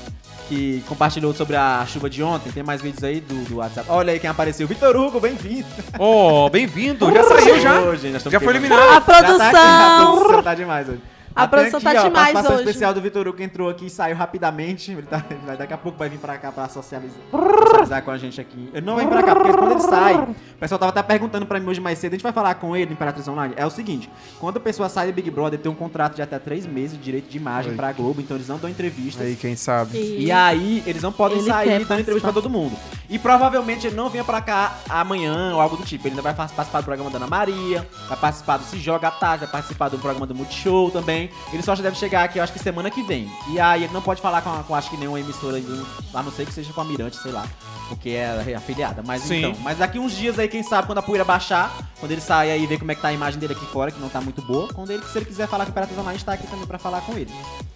Que compartilhou sobre a chuva de ontem. Tem mais vídeos aí do, do WhatsApp. Olha aí quem apareceu. Vitor Hugo, bem-vindo. Ô, bem-vindo. Já saiu já. Hoje, nós estamos Já foi queimando. eliminado. A Já tá aqui, a produção. produção tá demais hoje. A produção tá demais A hoje. especial do Vitor Hugo que entrou aqui e saiu rapidamente. Ele tá, ele vai- daqui a pouco vai vir pra cá pra socializar, socializar com a gente aqui. Ele não vem pra cá, porque quando ele sai, o pessoal tava até perguntando pra mim hoje mais cedo, a gente vai falar com ele, no Imperatriz Online. É o seguinte, quando a pessoa sai do Big Brother, tem um contrato de até três meses de direito de imagem Ai. pra Globo, então eles não dão entrevistas. Aí, quem sabe. E aí, eles não podem Ele quer sair dando entrevista participar. pra todo mundo. E provavelmente ele não venha pra cá amanhã ou algo do tipo. Ele ainda vai fa- participar do programa da Ana Maria, vai participar do Se Joga à Tarde, vai participar do programa do Multishow também. Ele só já deve chegar aqui, eu acho que semana que vem. E aí ele não pode falar com, a- com acho que nenhuma emissora ainda, a não ser que seja com a Mirante, sei lá. Porque é afiliada. Mas Sim. então. Mas daqui uns dias aí, quem sabe, quando a poeira baixar, quando ele sair aí e ver como é que tá a imagem dele aqui fora, que não tá muito boa. Quando ele, se ele quiser falar com o Imperatriz Online, a gente tá aqui também pra falar com ele.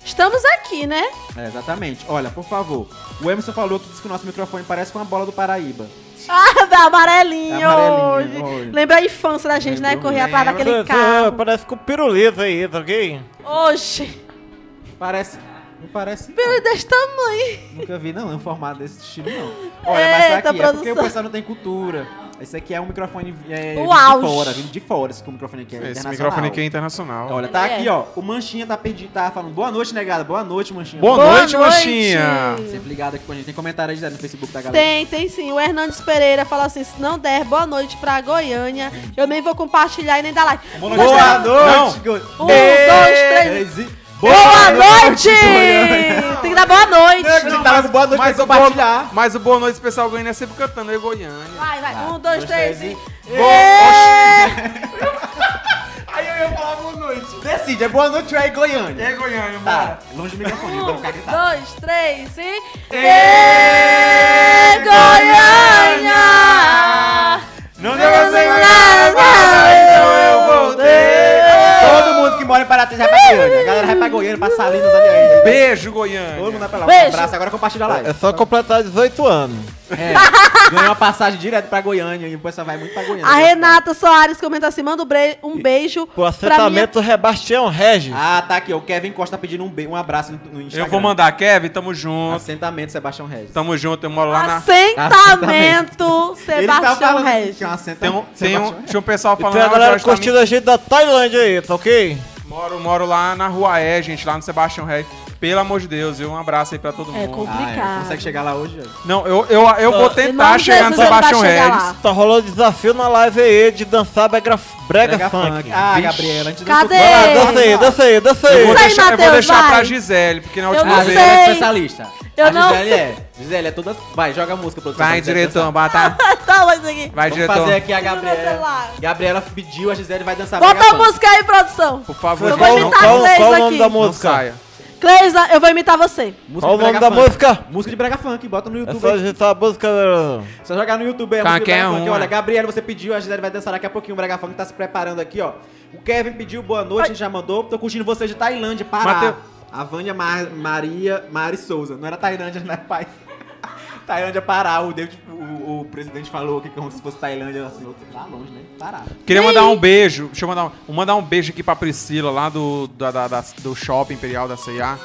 Estamos aqui, né? É, exatamente. Olha, por favor. O Emerson falou que disse que o nosso microfone parece com a bola do Paraíba. Ah, amarelinho, É amarelinho, hoje. hoje. Lembra a infância da gente, né? Lembrou, Correr atrás daquele Parece- carro. Parece com pirulito aí, tá ok? Oxe, Parece. Não parece. pelo desse tamanho. Nunca vi, não. É um formato desse estilo, não. Olha, mas Eita, tá aqui é porque o produção. pessoal não tem cultura. Esse aqui é um microfone é, O vindo auge. de fora, vindo de fora. Esse microfone aqui é Esse internacional. microfone aqui é internacional. Olha, tá É. aqui, ó. O Manchinha tá perdido, tá falando boa noite, negada. Boa noite, Manchinha. Tá Boa, Boa noite, noite. Manchinha. Sempre ligado aqui com a gente. Tem comentário aí no Facebook da galera. Tem, tem sim. O Hernandes Pereira fala assim: se não der boa noite pra Goiânia, eu nem vou compartilhar e nem dar like. Boa Mas Boa é- noite. Um, dois, três. Boa noite! Tem que dar boa noite. Ele tava com boa noite Mas pra o, boa, compartilhar. mas o Boa Noite Especial Goiânia é sempre cantando, é Goiânia. Vai, vai. Um, dois, três e. Aí eu ia falar boa noite. Decide, é boa noite ou é Goiânia? É Goiânia, Tá, longe do microfone, pra não Um, ficar gritando. dois, três e. Ê, Goiânia! Não deu pra Não, nada, não, não, então eu voltei. Todo mundo que mora em Paraty vai pra Goiânia. A galera vai pra Goiânia, pra Salinas ali ainda. Beijo, Todo mundo Goiânia. vai pra lá. Um Beijo. abraço, agora compartilha a live. É só completar 18 anos. É, ganhou uma passagem direto pra Goiânia e o pessoal vai muito pra Goiânia. A Renata Soares comenta assim: manda um bre- um beijo O pra minha assentamento Rebastião Regis. Ah, tá aqui, ó. O Kevin Costa tá pedindo um, be- um abraço no, no Instagram. Eu vou mandar, um Kevin, tamo junto. Assentamento, Sebastião Regis. Tamo junto, eu moro lá na... Assentamento Ele tá Sebastião falando Regis. que é Tem um um, assentamento. tem um, Ah, tinha um pessoal E tem falando Então a lá galera Jorge tá Tamim. curtindo a gente da Tailândia aí, tá ok? Moro, moro lá na Rua E, gente, lá no Sebastião Reis. Pelo amor de Deus, viu? Um abraço aí pra todo É mundo. Ah, é. complicado. Consegue chegar lá hoje? ó? Não, eu, eu, eu vou Em nome tentar de chegar no Jesus, ele vai Sebastião chegar Reis. lá. Tá rolando desafio na live aí de dançar brega, brega, Pega funk. funk. Ah, Gabriela, antes Cadê? Vai lá, dança aí, dança aí, dança aí. Eu vou Isso aí, deixar, eu vou Matheus, deixar pra vai. Gisele, porque na Eu última não vez... sei. é especialista. Eu a não- Gisele é. Gisele é toda. Vai, joga a música, produção. Vai, pra Gisele diretor, dançar. bata. Toma Tá, isso aqui. Vai, Vamos diretor. fazer aqui a Tira meu Gabriela. celular. Gabriela pediu, a Gisele vai dançar Bota brega a funk. música aí, produção. Por favor, Eu não, vou Qual, não, imitar qual, vocês qual o nome aqui. da não música? saia. Cleisa, eu vou imitar você. Música Qual o de nome brega da funk. música? Música de brega funk, bota no É YouTube. só aí. digitar a música. né, Só jogar no YouTube, é Qualquer música de brega funk. uma. Olha, Gabriela, você pediu, a Gisele vai dançar daqui a pouquinho. O brega funk tá se preparando aqui, ó. O Kevin pediu boa noite, a gente já mandou. Tô curtindo vocês de Tailândia, Pará. Mateu- A Vânia Mar- Maria Mari Souza. Não era Tailândia, né, pai? Tailândia, Pará. O, David, o, o presidente falou que como se fosse Tailândia, assim, outro lá longe, né? Pará. Queria mandar um beijo. Deixa eu mandar um, vou mandar um beijo aqui pra Priscila, lá do, da- da- da- do Shopping Imperial da CIA,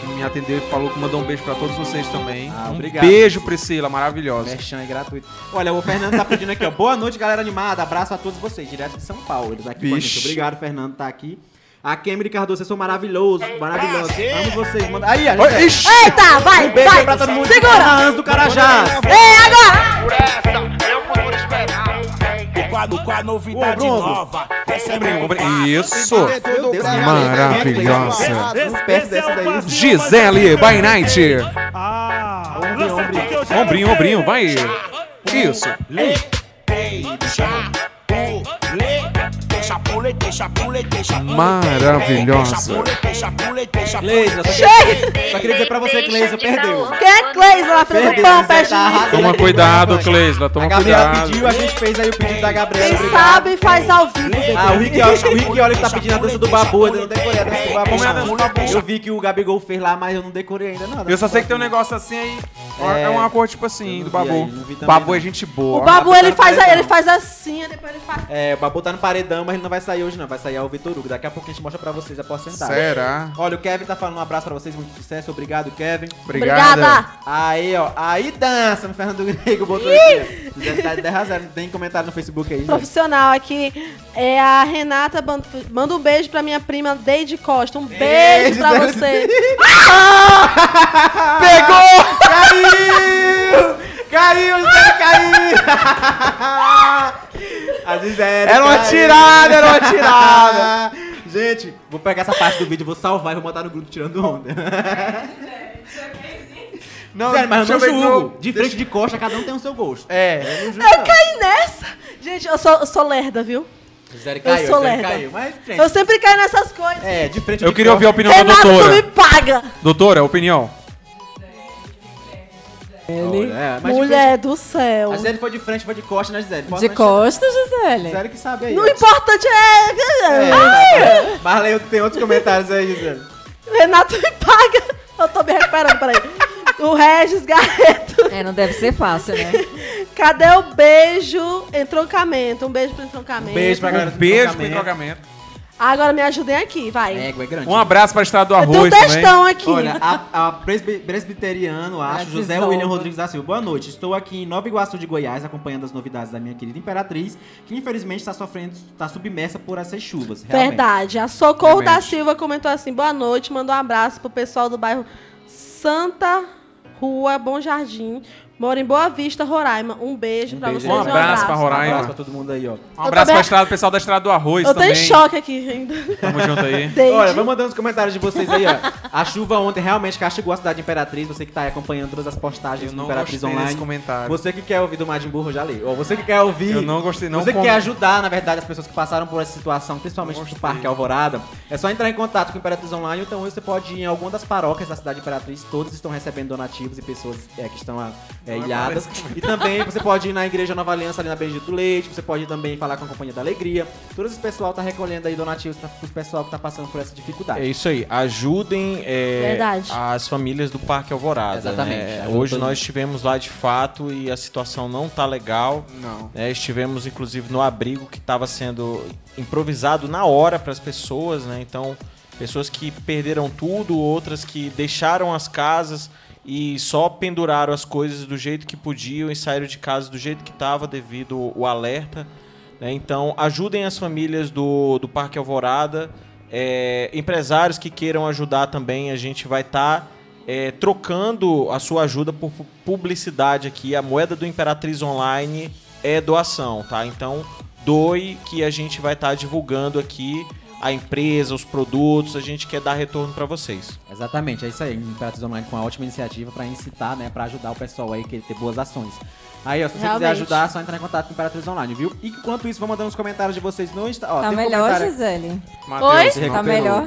que me atendeu e falou que mandou um beijo pra todos vocês também. Ah, um obrigado, beijo, Priscila, maravilhosa. Merchan é gratuito. Olha, o Fernando tá pedindo aqui, ó. Boa noite, galera animada. Abraço a todos vocês, direto de São Paulo. Eles aqui com a gente. Vixe. Obrigado, Fernando, tá aqui. A Kemri Cardoso, vocês são maravilhosos, maravilhosos. Amo vocês. Manda... Aí, ó. Oi, Ixi! Eita, vai, Um beijo vai. pra todo mundo. Segura. Anos do Carajás. Ei, agora. O quadro com a Ô, novidade Bruno. nova. Essa é Obrigado, meu Um obrigado. Isso! Meu Deus, Maravilhosa. Não perde dessa daí. Gisele by Night. Ah, Ombrinho, ombrinho. Ombrinho, ombrinho, vai. Isso. Maravilhosa. Leisa, só Chega. queria- só queria dizer pra você que Leisa perdeu. Quem é Cleis lá na frente do Perdeu, pão, você perto de tá mim? arrasando. Toma cuidado, Cleisla, A toma Gabriela cuidado. pediu, a gente fez aí o pedido da Gabriela. Quem Obrigado. sabe faz ao vivo, bebê. Ah, o Rick, o Rick olha que tá pedindo a dança do babu, eu não decorei a dança do babu. Como é a dança do babu? Eu vi que o Gabigol fez lá, mas eu não decorei ainda não. Eu só sei que tem um negócio assim aí. É. É, uma cor tipo assim, Eu não do vi babu. aí, não vi também babu não. é gente boa. O babu, tá ele no faz, paredão. ele faz assim, aí depois ele faz... É, o Babu tá no paredão, mas ele não vai sair hoje não, vai sair ao Vitor Hugo. Daqui a pouco a gente mostra pra vocês a porcentagem. Será? Olha, o Kevin tá falando um abraço pra vocês, muito sucesso, obrigado, Kevin. Obrigada. Aí, ó, aí dança, o Fernando Grego botou aqui. ó. 10 a 0, tem comentário no Facebook aí, gente. profissional aqui. É a Renata ban- manda um beijo pra minha prima Deide Costa. Um Beijo, beijo pra Deide. você. Pegou! Caiu! Caiu, Gisele, caiu! A Gisele Era uma tirada, era uma tirada! Gente, vou pegar essa parte do vídeo, vou salvar e vou botar no grupo tirando onda. Não, Gisele, mas eu não deixa ver julgo. no- De frente e de costa, cada um tem o seu gosto. É. Eu não julgo, não. Caí nessa. Gente, eu sou, eu sou lerda, viu? Gisele Eu caiu, sou Gisele lerda. caiu. Mas, gente, Eu sempre caio nessas coisas. é, de frente e Eu de queria ouvir costa. a opinião da Renato, tu doutora. me paga. Doutora, opinião. É, mas de Mulher do céu. frente- A Gisele foi de frente, foi de costa, é né, Gisele? Pode De mexer. costas, Gisele? Gisele que sabe aí. Não ó. importante É, é... tá, tá. Marley, tem outros comentários aí, Gisele. Renato me paga. Eu tô me recuperando, peraí. O Regis Garreto. É, não deve ser fácil, né? Cadê o beijo? Entroncamento. Um beijo pro entroncamento. Beijo pra galera Um do beijo pro trocamento. entrogamento. Agora me ajudem aqui, vai. Égua é grande. Um abraço pra Estrada do Eu tenho um Arroz também. textão aqui. Olha, a, a presbi- presbiteriano, É, acho, Ah, José desonra. né? William Rodrigues da Silva. Boa noite, estou aqui em Nova Iguaçu de Goiás, acompanhando as novidades da minha querida Imperatriz, que infelizmente está sofrendo, está submersa por essas chuvas. realmente. Verdade. A Socorro da Realmente. Silva comentou assim: boa noite, mandou um abraço pro pessoal do bairro Santa Rua Bom Jardim. Mora em Boa Vista, Roraima. Um beijo Um pra beijo vocês. aí. Um abraço pra Um Roraima. abraço pra todo mundo aí, ó. Um abraço também- pra Estrada, pessoal da Estrada do Arroz Eu tô também. em choque aqui ainda. Tamo junto aí. Deide. Olha, vai mandando os comentários de vocês aí, ó. A chuva ontem realmente castigou a cidade de Imperatriz. Você que tá aí acompanhando todas as postagens Eu do não Imperatriz gostei desse Online. comentário. Você que quer ouvir do Majin Burro, já li. Ou você que quer ouvir. Eu não gostei, não Você que com- quer ajudar, na verdade, as pessoas que passaram por essa situação, principalmente no Parque Alvorada, é só entrar em contato com o Imperatriz Online. Então hoje você pode ir em alguma das paróquias da cidade de Imperatriz. Todos estão recebendo donativos e pessoas é, que estão é, Não ilhadas. aparece E também você pode ir na Igreja Nova Aliança ali na Benedito Leite, você pode ir também falar com a Companhia da Alegria. Todo esse pessoal tá recolhendo aí donativos para o pessoal que tá passando por essa dificuldade. É isso aí. Ajudem é, Verdade. as famílias do Parque Alvorada. Exatamente. né? Ajuda Hoje todo mundo. nós estivemos lá de fato e a situação não tá legal. Não. né? Estivemos inclusive no abrigo que estava sendo improvisado na hora para as pessoas, né? Então, pessoas que perderam tudo, outras que deixaram as casas e só penduraram as coisas do jeito que podiam e saíram de casa do jeito que estava devido o alerta. né? Então, ajudem as famílias do, do Parque Alvorada, é, empresários que queiram ajudar também, a gente vai estar trocando a sua ajuda por pu- publicidade aqui. A moeda do Imperatriz Online é doação, tá? Então doe que a gente vai estar divulgando aqui a empresa, os produtos, a gente quer dar retorno para vocês. Exatamente, é isso aí. Imperatriz Online com uma ótima iniciativa pra incitar, né? Pra ajudar o pessoal aí a querer ter boas ações. Aí, ó, se você quiser Realmente. ajudar, é só entrar em contato com Imperatriz Online, viu? E enquanto isso, vou mandando os comentários de vocês no Insta. Ó, Tá tem um melhor, comentário- Gisele? Mateus, Oi? se Tá recuperou. melhor?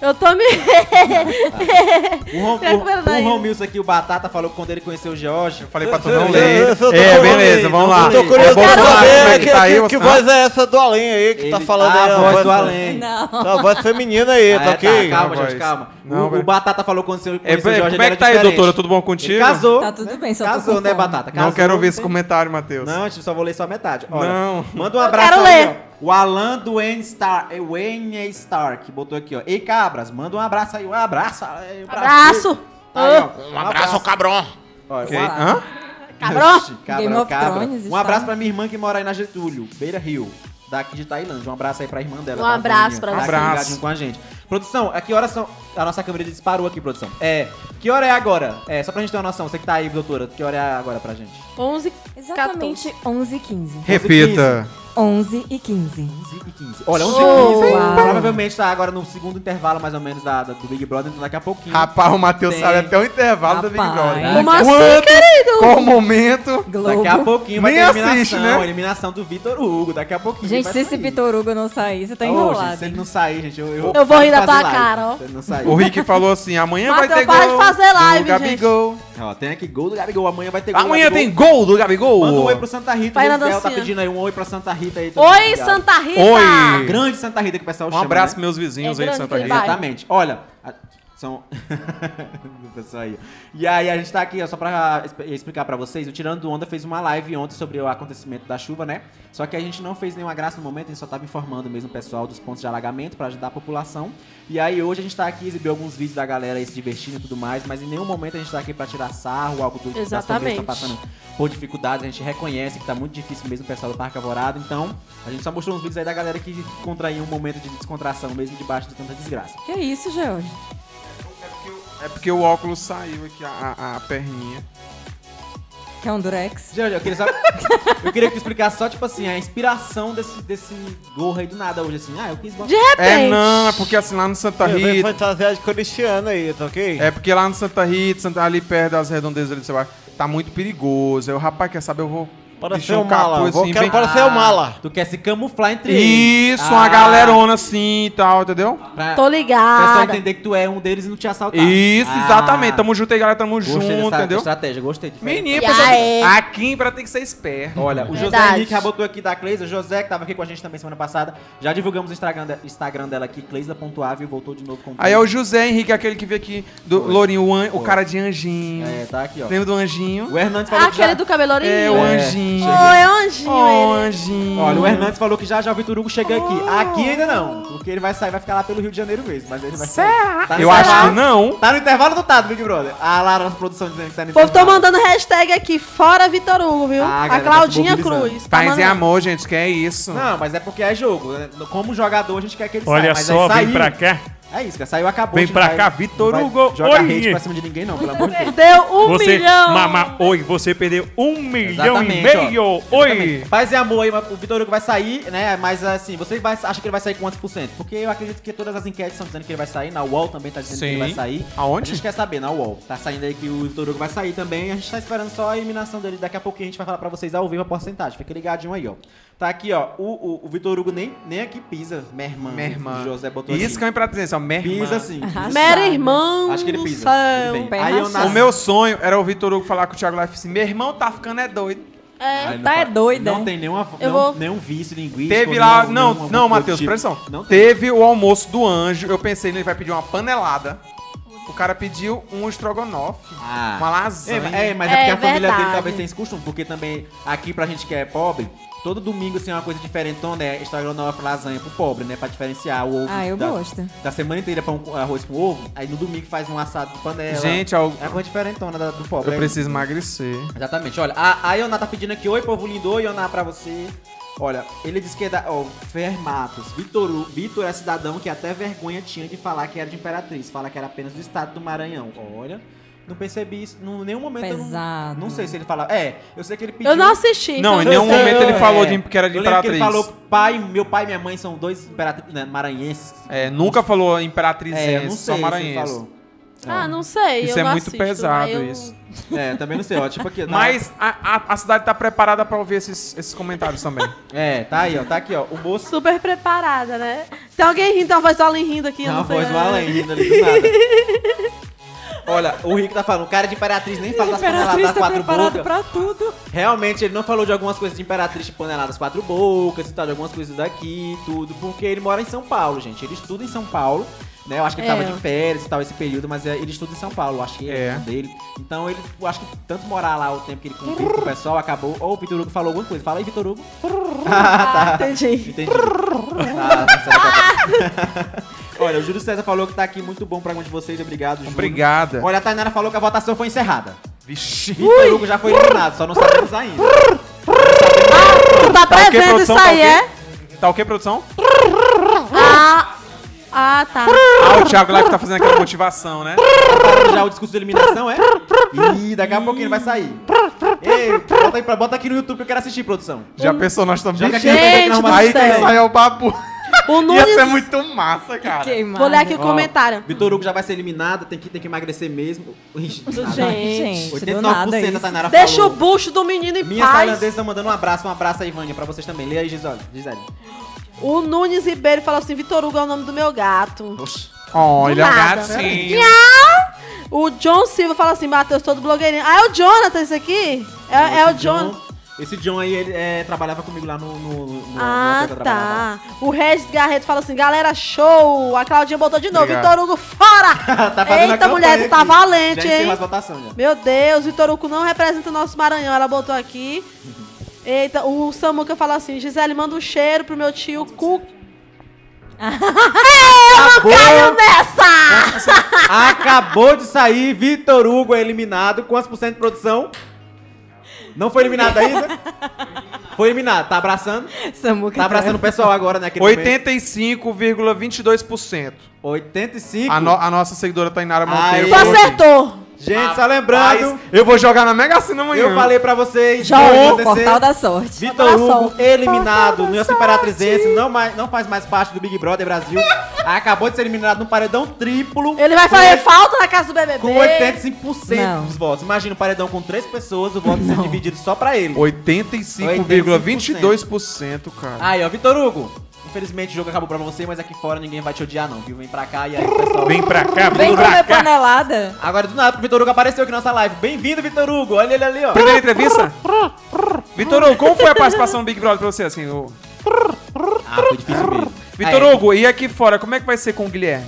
Eu tô me. O Ron, Tá Pior que o, verdade. o Ron Mills aqui, o Batata, falou que quando ele conheceu o George. Eu falei pra tu não Eu- ler. eu sou do É, Corinthians, beleza, vamos lá. Eu tô curioso É bom pra falar como é saber que que, tá aí, que- você- que voz é essa do além aí que tá Ele- falando ah, aí. a voz do além. Não. Tá, a voz feminina aí, Ah, tá é, ok? calma, Rapaz. gente, calma. Não, o, velho. o Batata falou que quando conheceu, É, conheceu o Jorge. como é ele que tá era aí, diferente. doutora? Tudo bom Ele contigo? casou. Tá tudo bem, só tô Casou, com né, fome. Batata? Não Casou, quero ouvir esse tem- comentário, Matheus. Não, a gente só vou ler só a metade. Olha, Não. Manda um abraço quero aí, ler. ó. O Alan do Wayne Star, é Wayne Stark, botou aqui, ó. Ei, cabras, manda um abraço aí, um abraço. aí, Um Abraço! Ah. Aí, ó, um cabrão! Olha, Ok. um abraço. Hã? Cabrão! Oxi, cabra, Game of cabra. Thrones, Um está. abraço pra minha irmã que mora aí na Getúlio, Beira Rio, daqui de Tailândia. Um abraço aí pra irmã dela. Um tá, Toninha, abraço pra tá você. aqui Abraço. ligadinho com a gente. Produção, a que horas são... A nossa câmera disparou aqui, produção. É, que hora é agora? É, só pra gente ter uma noção, você que tá aí, doutora, que hora é agora pra gente? 11. Exatamente 11 e 15. Repita. 11 e 15. 11 e 15. Olha, 11 e 15. Uau. Provavelmente tá agora no segundo intervalo, mais ou menos, da, da- do Big Brother, então daqui a pouquinho. Rapaz, o Matheus Tem. sabe até o intervalo da Big Rapaz. Brother. Como assim, Quanto- querido? Qual o momento? Globo. né? Daqui a pouquinho vai ter Nem eliminação, assiste, né? eliminação do Vitor Hugo, daqui a pouquinho. Gente, vai se esse sair. Vitor Hugo não sair, você tá Ô, enrolado. gente, se ele não sair, gente, eu... Eu, Eu vou rir da fazer tua live. cara, ó. Se ele não sair. O Rick falou assim: amanhã vai Matheus, ter para de gol. fazer live, do Gabigol. Ó, tem aqui gol do Gabigol, amanhã vai ter gol do Amanhã Gabigol. tem gol do Gabigol. Manda um oi pro Santa Rita, o Faz na Gisel tá dancinha. pedindo aí um oi pra Santa Rita aí. também, Oi, obrigado. Santa Rita! Oi. Grande Santa Rita que o pessoal Um chama, abraço, né? meus vizinhos É aí de grande Santa que ele Rita. vai. Exatamente. Olha, a- são. O pessoal aí. E aí, a gente tá aqui, ó, só pra exp- explicar pra vocês, o Tirando Onda fez uma live ontem sobre o acontecimento da chuva, né? Só que a gente não fez nenhuma graça no momento, a gente só tava informando mesmo o pessoal dos pontos de alagamento pra ajudar a população. E aí, hoje a gente tá aqui, exibiu alguns vídeos da galera aí se divertindo e tudo mais, mas em nenhum momento a gente tá aqui pra tirar sarro, algo do das famílias que Exatamente. estão passando por dificuldades, a gente reconhece que tá muito difícil mesmo o pessoal do Parque Alvorada, então a gente só mostrou uns vídeos aí da galera que contraiu um momento de descontração mesmo debaixo de tanta desgraça. Que isso, George? É porque o óculos saiu aqui, a, a- a perninha. Quer um durex? Jorge, eu queria só. eu queria que tu explicasse só, tipo assim, a inspiração desse, desse gorro aí do nada hoje, assim. Ah, eu quis botar. De repente. É, não, é porque assim lá no Santa Vem Rita. fantasiar de corintiano aí, tá ok? É porque lá no Santa Rita, Santa- ali perto das redondezas ali, sei lá, tá muito perigoso. Aí o rapaz quer saber, eu vou. Para vestir ser o mala. capuz Vou, assim, quero bem- parecer o mala. Tu quer se camuflar entre eles. Isso, uma Ah, galerona assim e tal, entendeu? Pra pessoal Tô ligada. entender que tu é um deles e não te assaltar. Isso, Ah, exatamente. Tamo junto aí, galera. Tamo Gostei junto, dessa entendeu? estratégia, gostei. diferente. Menino, E pessoal, aí? aqui pra ter que ser esperto. Olha, o José Verdade. Henrique já botou aqui da Cleisa, o José que tava aqui com a gente também semana passada. Já divulgamos o Instagram, de- Instagram dela aqui, Cleisa.ave, voltou de novo com Aí é o José Henrique, aquele que veio aqui do Foi. Lourinho, o, an- o Foi. cara de anjinho. É, tá aqui, ó. Lembra do anjinho? O Hernandes falou Ah, que já... aquele do cabelorinho. É, o É. anjinho. Oi, é anjinho Oh, ele. anjinho. Olha, o Hernandes falou que já já o Vitor Hugo chega aqui. Oh. Aqui ainda não, porque ele vai sair, vai ficar lá pelo Rio de Janeiro mesmo. Mas ele vai Será? Tá no Eu acho intervalo. que não. Tá no intervalo do Tado, Big Brother. A Lara, nossa produção, dizendo que tá no O povo tá intervalo. mandando hashtag aqui, fora Vitor Hugo, viu? Ah, a a galera tá Claudinha se mobilizando. Cruz. tá Paz e mandando. amor, gente, que é isso. Não, mas é porque é jogo. né? Como jogador, a gente quer que ele saia. Olha mas só, aí vem saiu. pra cá. É isso, cara. Saiu, acabou. Vem a gente pra vai- cá, Vitor não vai Hugo. Jogar Oi. hate pra cima de ninguém, não, pelo amor de Deus. Deu um Você, milhão. mamá, oi, você perdeu um milhão e Exatamente, ó. meio. Exatamente. Oi. Paz e amor aí, mas o Vitor Hugo vai sair, né? Mas assim, você vai, acha que ele vai sair com quantos por cento? Porque eu acredito que todas as enquetes estão dizendo que ele vai sair, na UOL também tá dizendo que ele Sim. vai sair. Aonde? A gente quer saber, na UOL. Tá saindo aí que o Vitor Hugo vai sair também. A gente tá esperando só a eliminação dele. Daqui a pouquinho a gente vai falar pra vocês ao vivo a porcentagem. Fica ligadinho aí, ó. Tá aqui, ó. O, o, o Vitor Hugo nem, nem aqui pisa. Minha irmã. Minha irmã. O Hum. José botou Isso que é aqui. uma imperatriz, ó. Minha irmã. Pisa sim. pisa sim. Mera irmão. Acho que ele do pisa. céu. Tudo bem. Bem Aí eu rachado. nasci. O meu sonho era o Vitor Hugo falar com o Thiago Life assim: meu irmão tá ficando é doido. É. Aí não Tá fa- é doida, Não é? tem nenhuma, Eu não- vou- nenhum vício linguístico. Teve lá. nenhum- Não, não, nenhuma coisa do Matheus, tipo. presta Não atenção. tem. Teve o almoço do anjo. Eu pensei, ele vai pedir uma panelada. O cara pediu um estrogonofe. Ah. Uma É, lasanha. ma- é, mas é, É porque a família dele verdade. talvez tenha esse costume, porque também aqui pra gente que é pobre, todo domingo tem uma coisa diferentona, é estrogonofe, lasanha pro pobre, né? Pra diferenciar o ovo Ah, eu da, gosto. da semana inteira pão com arroz com ovo, aí no domingo faz um assado de panela. Gente, eu, é uma coisa diferentona da- do pobre. eu É- preciso emagrecer. Exatamente, olha, a, a Ioná tá pedindo aqui, oi povo lindo, oi Ioná pra você. Olha, ele diz que é da. Ó, Fer Matos. Vitor, Hu- Vitor é cidadão que até vergonha tinha de falar que era de Imperatriz, fala que era apenas do estado do Maranhão. Olha, não percebi isso, em nenhum momento eu Pesado. não. Não sei se ele falava. É, eu sei que ele pediu. Eu não assisti. Não, em então nenhum sei. momento ele É. falou de, que era de Eu lembro que ele imperatriz. falou, pai, meu pai e minha mãe são dois imperatriz, né, maranhenses. É, nunca falou imperatriz, É, eu não sei só se ele maranhense. falou. Ah, não sei. Isso eu é não muito assisto, pesado, mas eu- isso. É, também não sei, ó. Tipo aqui, na- Mas a, a- a cidade tá preparada pra ouvir esses, esses comentários também. É, tá aí, ó. Tá aqui, ó. O moço Super preparada, né? Tem alguém rindo, tem uma voz do Allen rindo aqui, eu Uma não sei. voz do Alan rindo ali do nada. Olha, o Rick tá falando, o cara de Imperatriz nem fala das Imperatriz paneladas tá quatro preparado bocas. pra tudo. Realmente, ele não falou de algumas coisas de Imperatriz, tipo paneladas quatro bocas e tal, de algumas coisas daqui e tudo, porque ele mora em São Paulo, gente. Ele estuda em São Paulo, né? Eu acho que ele É. tava de férias e tal esse período, mas é, ele estuda em São Paulo, eu acho que é, É. irmão dele. Então, ele, eu acho que tanto morar lá o tempo que ele convive com o pessoal, acabou. Ou o Vitor Hugo falou alguma coisa. Fala aí, Vitor Hugo. Ah, entendi. Entendi. Tá, tá certo. Olha, o Júlio César falou que tá aqui muito bom pra um de vocês. Obrigado, Júlio. Obrigada. Olha, a Tainara falou que a votação foi encerrada. Vixe. Vitor Hugo já foi eliminado, só não sabemos ainda. Tu tá Tá o quê, prevendo isso produção? Tá o aí, quê? é? Tá o que, produção? Ah, ah, tá. Ah, o Thiago Live tá fazendo aquela motivação, né? Tá já o discurso de eliminação, é? Ih, daqui a pouquinho ele vai sair. Ei, bota, aí pra- bota aqui no YouTube que eu quero assistir, produção. Já pensou nós Joga também? aqui no YouTube que Gente nós do vamos Aí assistir quem céu. também. sai é o papo. O Ia ser Nunes. é muito massa, cara. Queimado. Tá Vou ler aqui o Ó. comentário. Vitor Hugo já vai ser eliminado, tem que, tem que emagrecer mesmo. Ixi, nada. Gente. Gente, do nada 89% isso. da tá Tainara Deixa o falou. bucho do menino em Minhas paz. tailandesas estão mandando um abraço, um abraço aí, Vânia, pra vocês também. Lê aí, Gisele. Gisele. O Nunes Ribeiro falou assim: Vitor Hugo é o nome do meu gato. Ó, ele é um nada. gatinho. O John Silva fala assim: Matheus, todo blogueirinho. Ah, é o Jonathan esse aqui? É, é o Esse John. Esse John aí, ele é, trabalhava comigo lá no... no, no- no Ah, hotel que eu trabalhava lá. tá. O Regis Garreto fala assim: galera, show! A Claudinha botou de novo. Obrigado. Vitor Hugo, fora! Tá fazendo a Eita, campanha mulher, tu tá aqui. valente, Já encerrou hein? as votações, já. Meu Deus, Vitor Hugo não representa o nosso Maranhão. Ela botou aqui. Eita, o Samuca fala assim: Gisele, manda um cheiro pro meu tio Cu. Acabou, Caiu nessa! acabou de sair, Vitor Hugo é eliminado. Quantos por cento de produção? Não foi eliminado ainda? Foi eliminado, tá abraçando? Samuca Tá abraçando o pessoal agora, né? 85,22%. 85. A, no- a nossa seguidora Tainara Monteiro. Aí. Tu falou aqui. acertou! Gente, só Mas lembrando, eu vou jogar na Mega Sena amanhã. eu falei pra vocês, Já vai olhou o acontecer. tá Portal da Sorte. Vitor Hugo eliminado no Imperatrizense, não, mais, não faz mais parte do Big Brother Brasil. Acabou de ser eliminado no paredão triplo. Ele vai com fazer oit- falta na casa do BBB. Com 85% Não. dos votos. Imagina um paredão com três pessoas, o voto ser dividido só pra ele. 85,22%, cara. Aí, ó, Vitor Hugo. Infelizmente o jogo acabou pra você, mas aqui fora ninguém vai te odiar, não, viu? Vem pra cá e aí, pessoal. Vem pra cá, Vem vem pra comer cá. panelada. Agora do nada, o Vitor Hugo apareceu aqui na nossa live. Bem-vindo, Vitor Hugo. Olha ele ali, ó. Primeira entrevista? Vitor Hugo, como foi a participação do Big Brother pra você, assim? o- Ah, foi difícil mesmo. Vitor Aí. Hugo, e aqui fora, como é que vai ser com o Guilherme?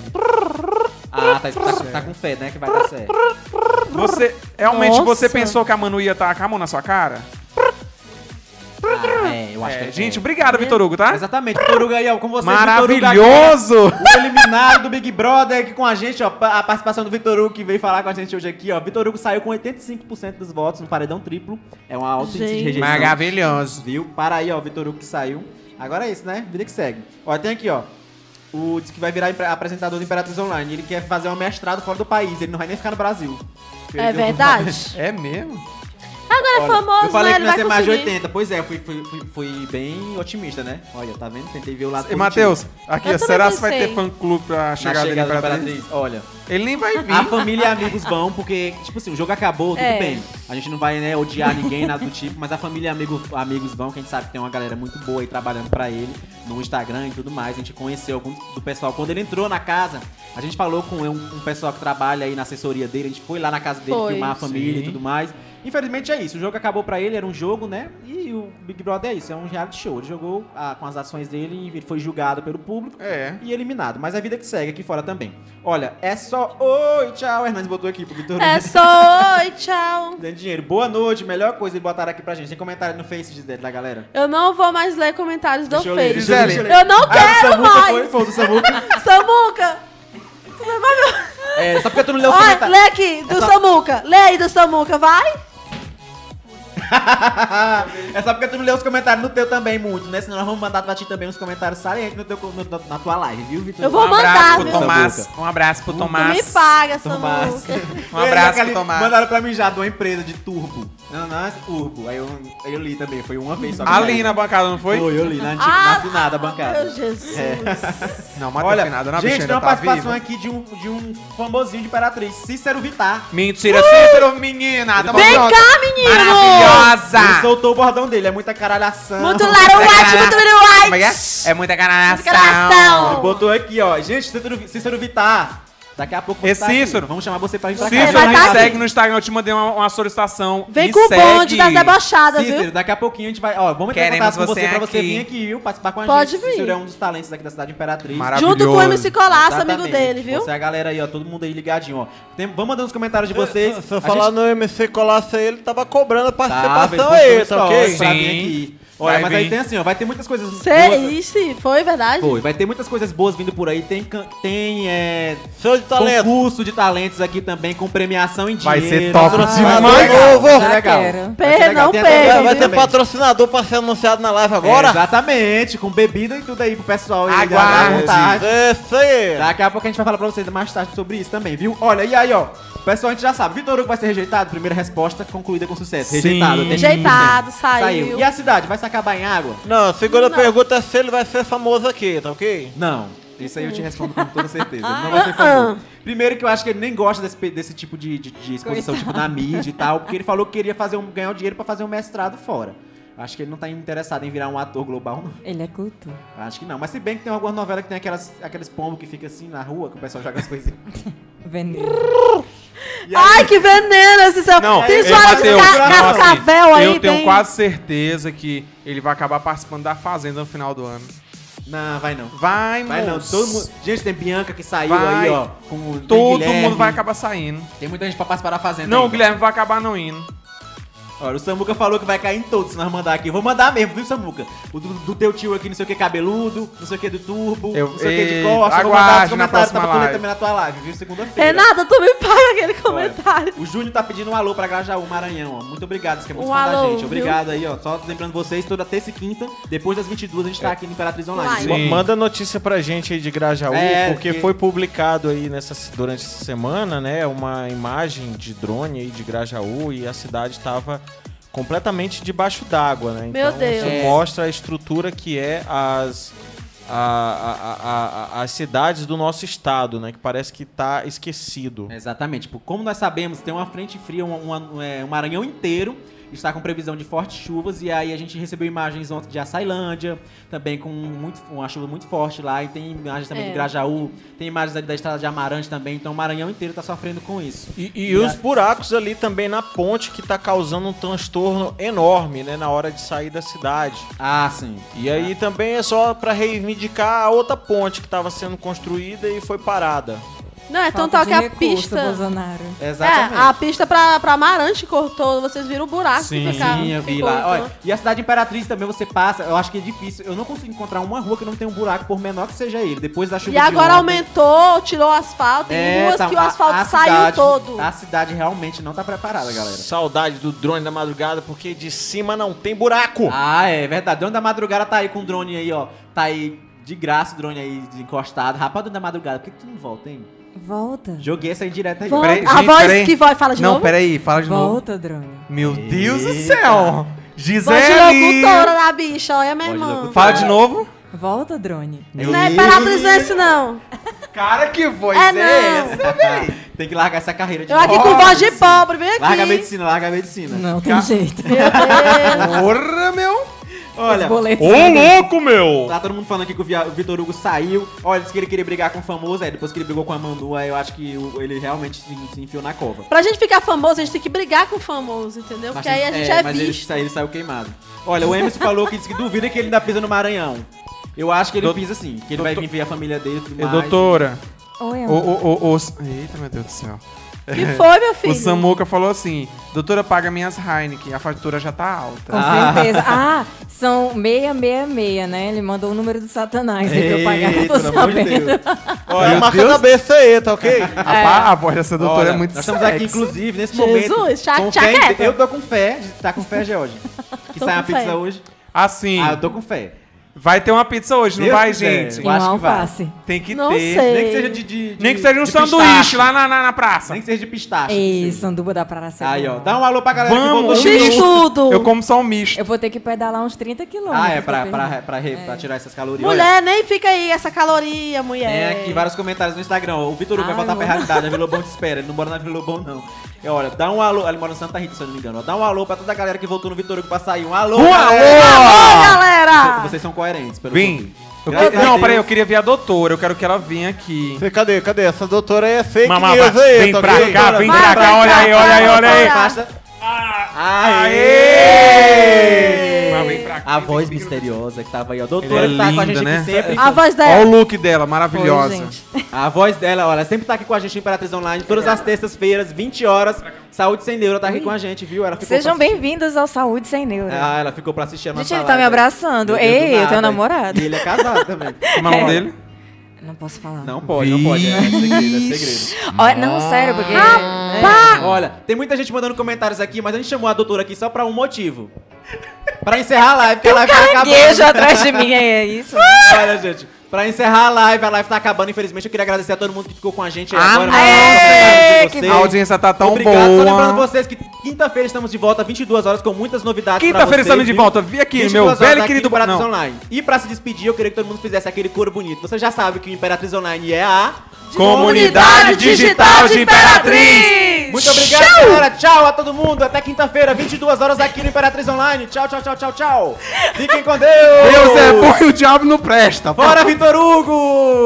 Ah, tá, tá- tá com fé, né? Que vai dar certo. Você, realmente, Nossa. você pensou que a Manu ia tacar a mão na sua cara? Ah, é, eu acho É, que gente, é. obrigado, Vitor Hugo, tá? Exatamente, Vitor Hugo aí, ó, com vocês. Vitor Hugo aqui, Maravilhoso! o eliminado do Big Brother aqui com a gente, ó. pa- A participação do Vitor Hugo que veio falar com a gente hoje aqui, ó. Vitor Hugo saiu com 85% dos votos no paredão triplo. É uma alta índice de Gente. rejeição. Maravilhoso. Viu? Para aí, ó, o Vitor Hugo que saiu. Agora é isso, né? Vida que segue. Ó, tem aqui, ó. O diz que vai virar impre- apresentador do Imperatriz Online. Ele quer fazer um mestrado fora do país. Ele não vai nem ficar no Brasil. É um verdade. É mesmo? Agora é Olha, famoso, eu falei né? que não Ele ia vai ser mais de conseguir. 80. Pois é, fui, fui, fui, fui bem otimista, né? Olha, tá vendo? Tentei ver o lado E positivo. Matheus, aqui, Eu ó, também será que vai ter pensei. fã-clube pra na chegada, chegada, Ah. da da Imperatriz? Imperatriz, olha, Ele nem vai vir. a família e amigos vão, porque, tipo assim, o jogo acabou, tudo É. bem. A gente não vai, né, odiar ninguém, nada do tipo, mas a família e amigo, amigos vão, que a gente sabe que tem uma galera muito boa aí trabalhando pra ele, no Instagram e tudo mais. A gente conheceu algum do pessoal. Quando ele entrou na casa, a gente falou com um, um pessoal que trabalha aí na assessoria dele, a gente foi lá na casa dele Foi. filmar a família e Sim. tudo mais. Infelizmente é isso, o jogo acabou pra ele, era um jogo, né? E o Big Brother é isso, é um reality show. Ele jogou ah, com as ações dele e ele foi julgado pelo público É. e eliminado. Mas a vida que segue aqui fora também. Olha, é só. Oi, tchau. O Hernandes botou aqui pro Vitor. É só oi, tchau. Dando dinheiro. Boa noite, melhor coisa e botaram aqui pra gente. Tem comentário no Face de da galera. Eu não vou mais ler comentários do Deixa eu ler, Face. deixa eu ler, deixa eu ler. Eu não ah, do quero Samuca foi? mais. Foi o do Samuca. Samuca. É, só porque tu não leu o Olha, comentário. lê aqui, do É só- Samuca. Lê aí do Samuca, vai. é só porque tu não leu os comentários no teu também, muito, né? Senão nós vamos mandar pra ti também uns comentários salientes no teu, no- no- na tua live, viu, Vitor? Eu vou um abraço mandar, pro viu? Tomás. Um abraço pro Tu me Tomás. paga, Tomás. Samuca. Um abraço pro Aquele- Tomás. Mandaram pra mim já de uma empresa de turbo. Não, não, é turbo. Aí eu, aí eu li também, foi uma vez só. que eu Ali li. na bancada, não foi? Foi, eu li, na, antiga, Ah, na afinada, a bancada. Meu Jesus. Não, mas Olha, afinada, na gente, bicha tem uma ainda tá participação viva. aqui de um, de um famosinho de Imperatriz, Cícero Vittar. Mentira, Cícero, menina. tá Tamo Uh! Vem junto. cá, menino. Ele Maravilhosa. soltou o bordão dele, é muita caralhação. Muito laruate, muito Como é que uruate. é? É muita Muita caralhação. caralhação. Botou aqui, ó. Gente, Cícero, Vi- Cícero Vittar. Daqui a pouco você Ê, tá aqui. Cícero. Vamos chamar você pra gente pra cá. Cícero, Vai me tá aqui. segue no Instagram, eu te mandei uma, uma solicitação. Vem Me com o segue. bonde das debochadas, Cícero, viu? daqui a pouquinho a gente vai. Ó, vamos entrar em Queremos contato com você, você pra você aqui. vir aqui, viu? Participar com a Pode gente. vir. Cícero é um dos talentos aqui da cidade Imperatriz. Maravilhoso. Junto com o MC Colasso, Exatamente. amigo dele, viu? Você é a galera aí, ó. Todo mundo aí ligadinho, ó. Tem- vamos mandando os comentários de vocês. Se eu A falar gente- no MC Colasso aí, ele tava cobrando a Tá, participação velho, aí, postou tá stories ok? pra Sim. vir aqui. Olha, Vai mas aí vir. tem assim, ó. Vai ter muitas coisas. Cê, é boas- isso, foi verdade? é Foi, vai ter muitas coisas boas vindo por aí. Tem, can- tem é, Show de talento. concurso de talentos aqui também, com premiação em Vai dinheiro. ser top Vai demais. ser legal, Novo. vai ser Já legal. quero. Vai ser legal. Não Tem perde, até- Vai ter também. patrocinador pra ser anunciado na live É, agora? exatamente, com bebida e tudo aí pro pessoal. aí, Aguarde. à vontade. Isso aí. Daqui a pouco a gente vai falar pra vocês mais tarde sobre isso também, viu? Olha, e aí, ó. Pessoal, a gente já sabe. Vitor Hugo vai ser rejeitado. Primeira resposta concluída com sucesso. Sim. Rejeitado. tem Rejeitado, 100%. saiu. E a cidade, vai se acabar em água? Não, a segunda Não. pergunta é se ele vai ser famoso aqui, tá ok? Não. Isso aí eu te respondo com toda certeza. Ele não vai ser famoso. Primeiro que eu acho que ele nem gosta desse, pe- desse tipo de, de- de exposição, tipo na mídia e tal, porque ele falou que queria fazer um, ganhar o dinheiro pra fazer um mestrado fora. Acho que ele não tá interessado em virar um ator global, não. Ele é culto. Acho que não. Mas se bem que tem algumas novelas que tem aquelas, aqueles pombos que fica assim na rua, que o pessoal joga as coisinhas. Veneno. E aí- é Ai, que veneno esse seu. Não, Tem ei, vários Mateus, ca- não, assim, cascavel aí, Eu tenho tem- quase certeza que ele vai acabar participando da Fazenda no final do ano. Não, vai não. Vai, Vai não. moço. Todo mundo... Gente, tem Bianca que saiu Vai. aí, ó. Com, tem Todo Guilherme. mundo vai acabar saindo. Tem muita gente pra participar da fazenda. Não, o ainda. Guilherme vai acabar não indo. Olha, o Samuca falou que vai cair em todos se nós mandar aqui. Vou mandar mesmo, viu, Samuca? O do, do teu tio aqui, não sei o que, cabeludo, não sei o que, do turbo, Eu- não sei o que, de Ei, costa. Vou aguarde mandar os na comentários próxima pra tu ler live. também na tua live, viu? Segunda-feira. Renata, tu me paga aquele Olha, comentário. O Júnior tá pedindo um alô pra Grajaú, Maranhão. ó. Muito obrigado, isso é muito Um fã da alô, gente. viu? Obrigado aí, ó. Só lembrando vocês, toda terça e quinta, depois das 22, a gente É. tá aqui no Imperatriz Online. Sim. Ma- Manda notícia pra gente aí de Grajaú, É, porque que- foi publicado aí nessa, durante essa semana, né, uma imagem de drone aí de Grajaú e a cidade tava completamente debaixo d'água, né? Meu Deus. Isso É. mostra a estrutura que é as a- a- a- a- as cidades do nosso estado, né, que parece que tá esquecido. Exatamente. Tipo, como nós sabemos, tem uma frente fria, um, um, é, um Maranhão inteiro está com previsão de fortes chuvas e aí a gente recebeu imagens ontem de Açailândia, também com muito, uma chuva muito forte lá e tem imagens também É. de Grajaú, tem imagens ali da estrada de Amarante também, então o Maranhão inteiro está sofrendo com isso. E, e os buracos ali também na ponte que tá causando um transtorno enorme, né, na hora de sair da cidade. Ah, sim. E aí também é só pra reivindicar a outra ponte que estava sendo construída e foi parada. Não, é tão Falta tal de que a recurso, pista. Bolsonaro. Exatamente. É, a pista pra, pra Amarante cortou, vocês viram o buraco que fica- Sim, eu vi ficou, lá. Olha, então. e a cidade Imperatriz também você passa, eu acho que é difícil. Eu não consigo encontrar uma rua que não tenha um buraco, por menor que seja ele. Depois da chuva E agora tipo de ontem, aumentou, tirou o asfalto, tem É, ruas tá, que o a- asfalto a saiu cidade- tá todo. A cidade realmente não tá preparada, galera. Saudade do drone da madrugada, porque de cima não tem buraco. Ah, é verdade. Dona da Madrugada tá aí com o drone aí, ó. Tá aí de graça o drone aí desencostado. Rapaz, Dona da Madrugada, por que que tu não volta, hein? Volta. Joguei essa indireta aí. Volta. Peraí, a gente, voz peraí. que vai, fala de não, novo. peraí, fala de novo. Volta, drone. Meu Deus do Eita. céu. Voz de Gisele. locutora da bicha, olha, meu Voz de irmão. locutora. Fala de novo. Volta, drone. Não né? é Imperatriz, não é isso, não. Cara, que voz É, não. tá. Tem que largar essa carreira de Eu aqui com pobre. voz de pobre, vem aqui. É. Larga a medicina, larga a medicina. Não tem jeito. Meu Deus. Porra, meu. Olha, Boleto. Ô, louco, meu! tá todo mundo falando aqui que o Via- o Vitor Hugo saiu. Olha, disse que ele queria brigar com o famoso. Aí depois que ele brigou com a Manu, aí eu acho que o- ele realmente se, se enfiou na cova. Pra gente ficar famoso, a gente tem que brigar com o famoso, entendeu? Porque aí a gente é, mas ele, visto. sa- ele saiu queimado. Olha, o Emerson falou que disse que duvida que ele ainda pisa no Maranhão. Eu acho que ele Doutor- É, pisa sim, que ele vai vir ver a família dele e tudo Ô, mais. doutora. Oi, Ô, amor. ô, ô, ô. Eita, meu Deus do céu. Que foi, meu filho? O Samuca falou assim: Doutora, paga minhas Heineken, a fatura já tá alta. Com certeza. Ah, são 666, né? Ele mandou o número do satanás é aí pra eu pagar, eu tô Eita, pelo amor de sabendo. Deus. Olha, marca da besta aí, tá ok? Rapaz, a voz dessa doutora Olha, é muito Nós estamos sexy. aqui, inclusive, nesse Jesus, momento. cha- com fé em- chaqueta. Eu tô com fé, tá com fé, George. Que Tô sai uma com pizza fé. hoje. Assim, Ah, eu tô com fé. vai ter uma pizza hoje, não Deus vai, quiser. gente? E um Eu acho que vai. alface. Tem que Não ter. sei. Nem que seja de. de- de- Nem que seja um de sanduíche pistache. lá na, na, na praça. Nem que seja de pistache. Ei, que seja. sanduba da praça. Aí, ó. Dá um alô pra galera Vamos, que voltou. X tudo. Eu como só um misto. Eu vou ter que pedalar uns 30 quilômetros. Ah, é, pra, pra perder. pra, pra, re- pra tirar essas calorias. Olha, É. Mulher, nem fica aí essa caloria, Tem mulher. aqui vários comentários no Instagram. ó. O Vitor Hugo vai Ai, voltar pra mano. realidade. A Vila Lobão te espera. Ele não mora na Vila Lobão, não. E olha, dá um alô. Ele mora em Santa Rita, se eu não me engano. ó. Dá um alô pra toda a galera que voltou no Vitor Hugo pra sair. Um alô! Um galera! alô! Alô, galera! Vocês são coerentes, pelo Vim. que eu vi. Eu Graças que- a Não, Deus. peraí, eu queria ver a doutora, eu quero que ela venha aqui. Você- Cadê, cadê? Essa doutora aí é fake Mamá, news vai. aí, Vem tá pra vendo? cá, vem Vai, pra vai, cá, olha vai, aí, olha aí, vai, olha aí. Basta. Aê! Mas vem pra cá, A vem voz comigo. misteriosa que tava aí, ó. Doutora Ela é que tá com a linda, gente né? aqui sempre. A voz Olha dela. o look dela, Foi, maravilhosa. gente. A voz dela, olha, sempre tá aqui com a gente em Imperatriz Online, todas as terças-feiras, 20 horas. Saúde Sem Neuro tá aqui com a gente, viu? Ela ficou Sejam pra- bem-vindos ao Saúde Sem Neuro. Ah, ela ficou pra assistir a nossa Gente, ele tá me live. abraçando. Meu Deus, do Ei, eu nada. tenho namorado. E ele é casado também. Como é o nome dele? Não posso falar. Não pode, não pode. É segredo, é segredo. Ó, não, sério, porque. Ah! Olha, tem muita gente mandando comentários aqui, mas a gente chamou a doutora aqui só pra um motivo. Pra encerrar a live, Um porque a live tá acabando. Gaguejo é, atrás de mim, é isso? Olha, gente, pra encerrar a live, a live tá acabando, infelizmente. Eu queria agradecer a todo mundo que ficou com a gente aí agora. Amém! Obrigado a todos A audiência tá tão Obrigado. Só lembrando boa. vocês que quinta-feira estamos de volta, 22 horas, com muitas novidades pra Quinta-feira vocês, estamos de viu? volta. Vi aqui, 22 meu horas velho e aqui, querido. Imperatriz Não. Online. E pra se despedir, eu queria que todo mundo fizesse aquele coro bonito. Você já sabe que o Imperatriz Online é a... Comunidade Digital de Imperatriz. Muito obrigado, galera. Tchau a todo mundo. Até quinta-feira, 22 horas aqui no Imperatriz Online. Tchau, tchau, tchau, tchau, tchau. Fiquem com Deus. Deus é bom e o diabo não presta. Bora, Vitor Hugo.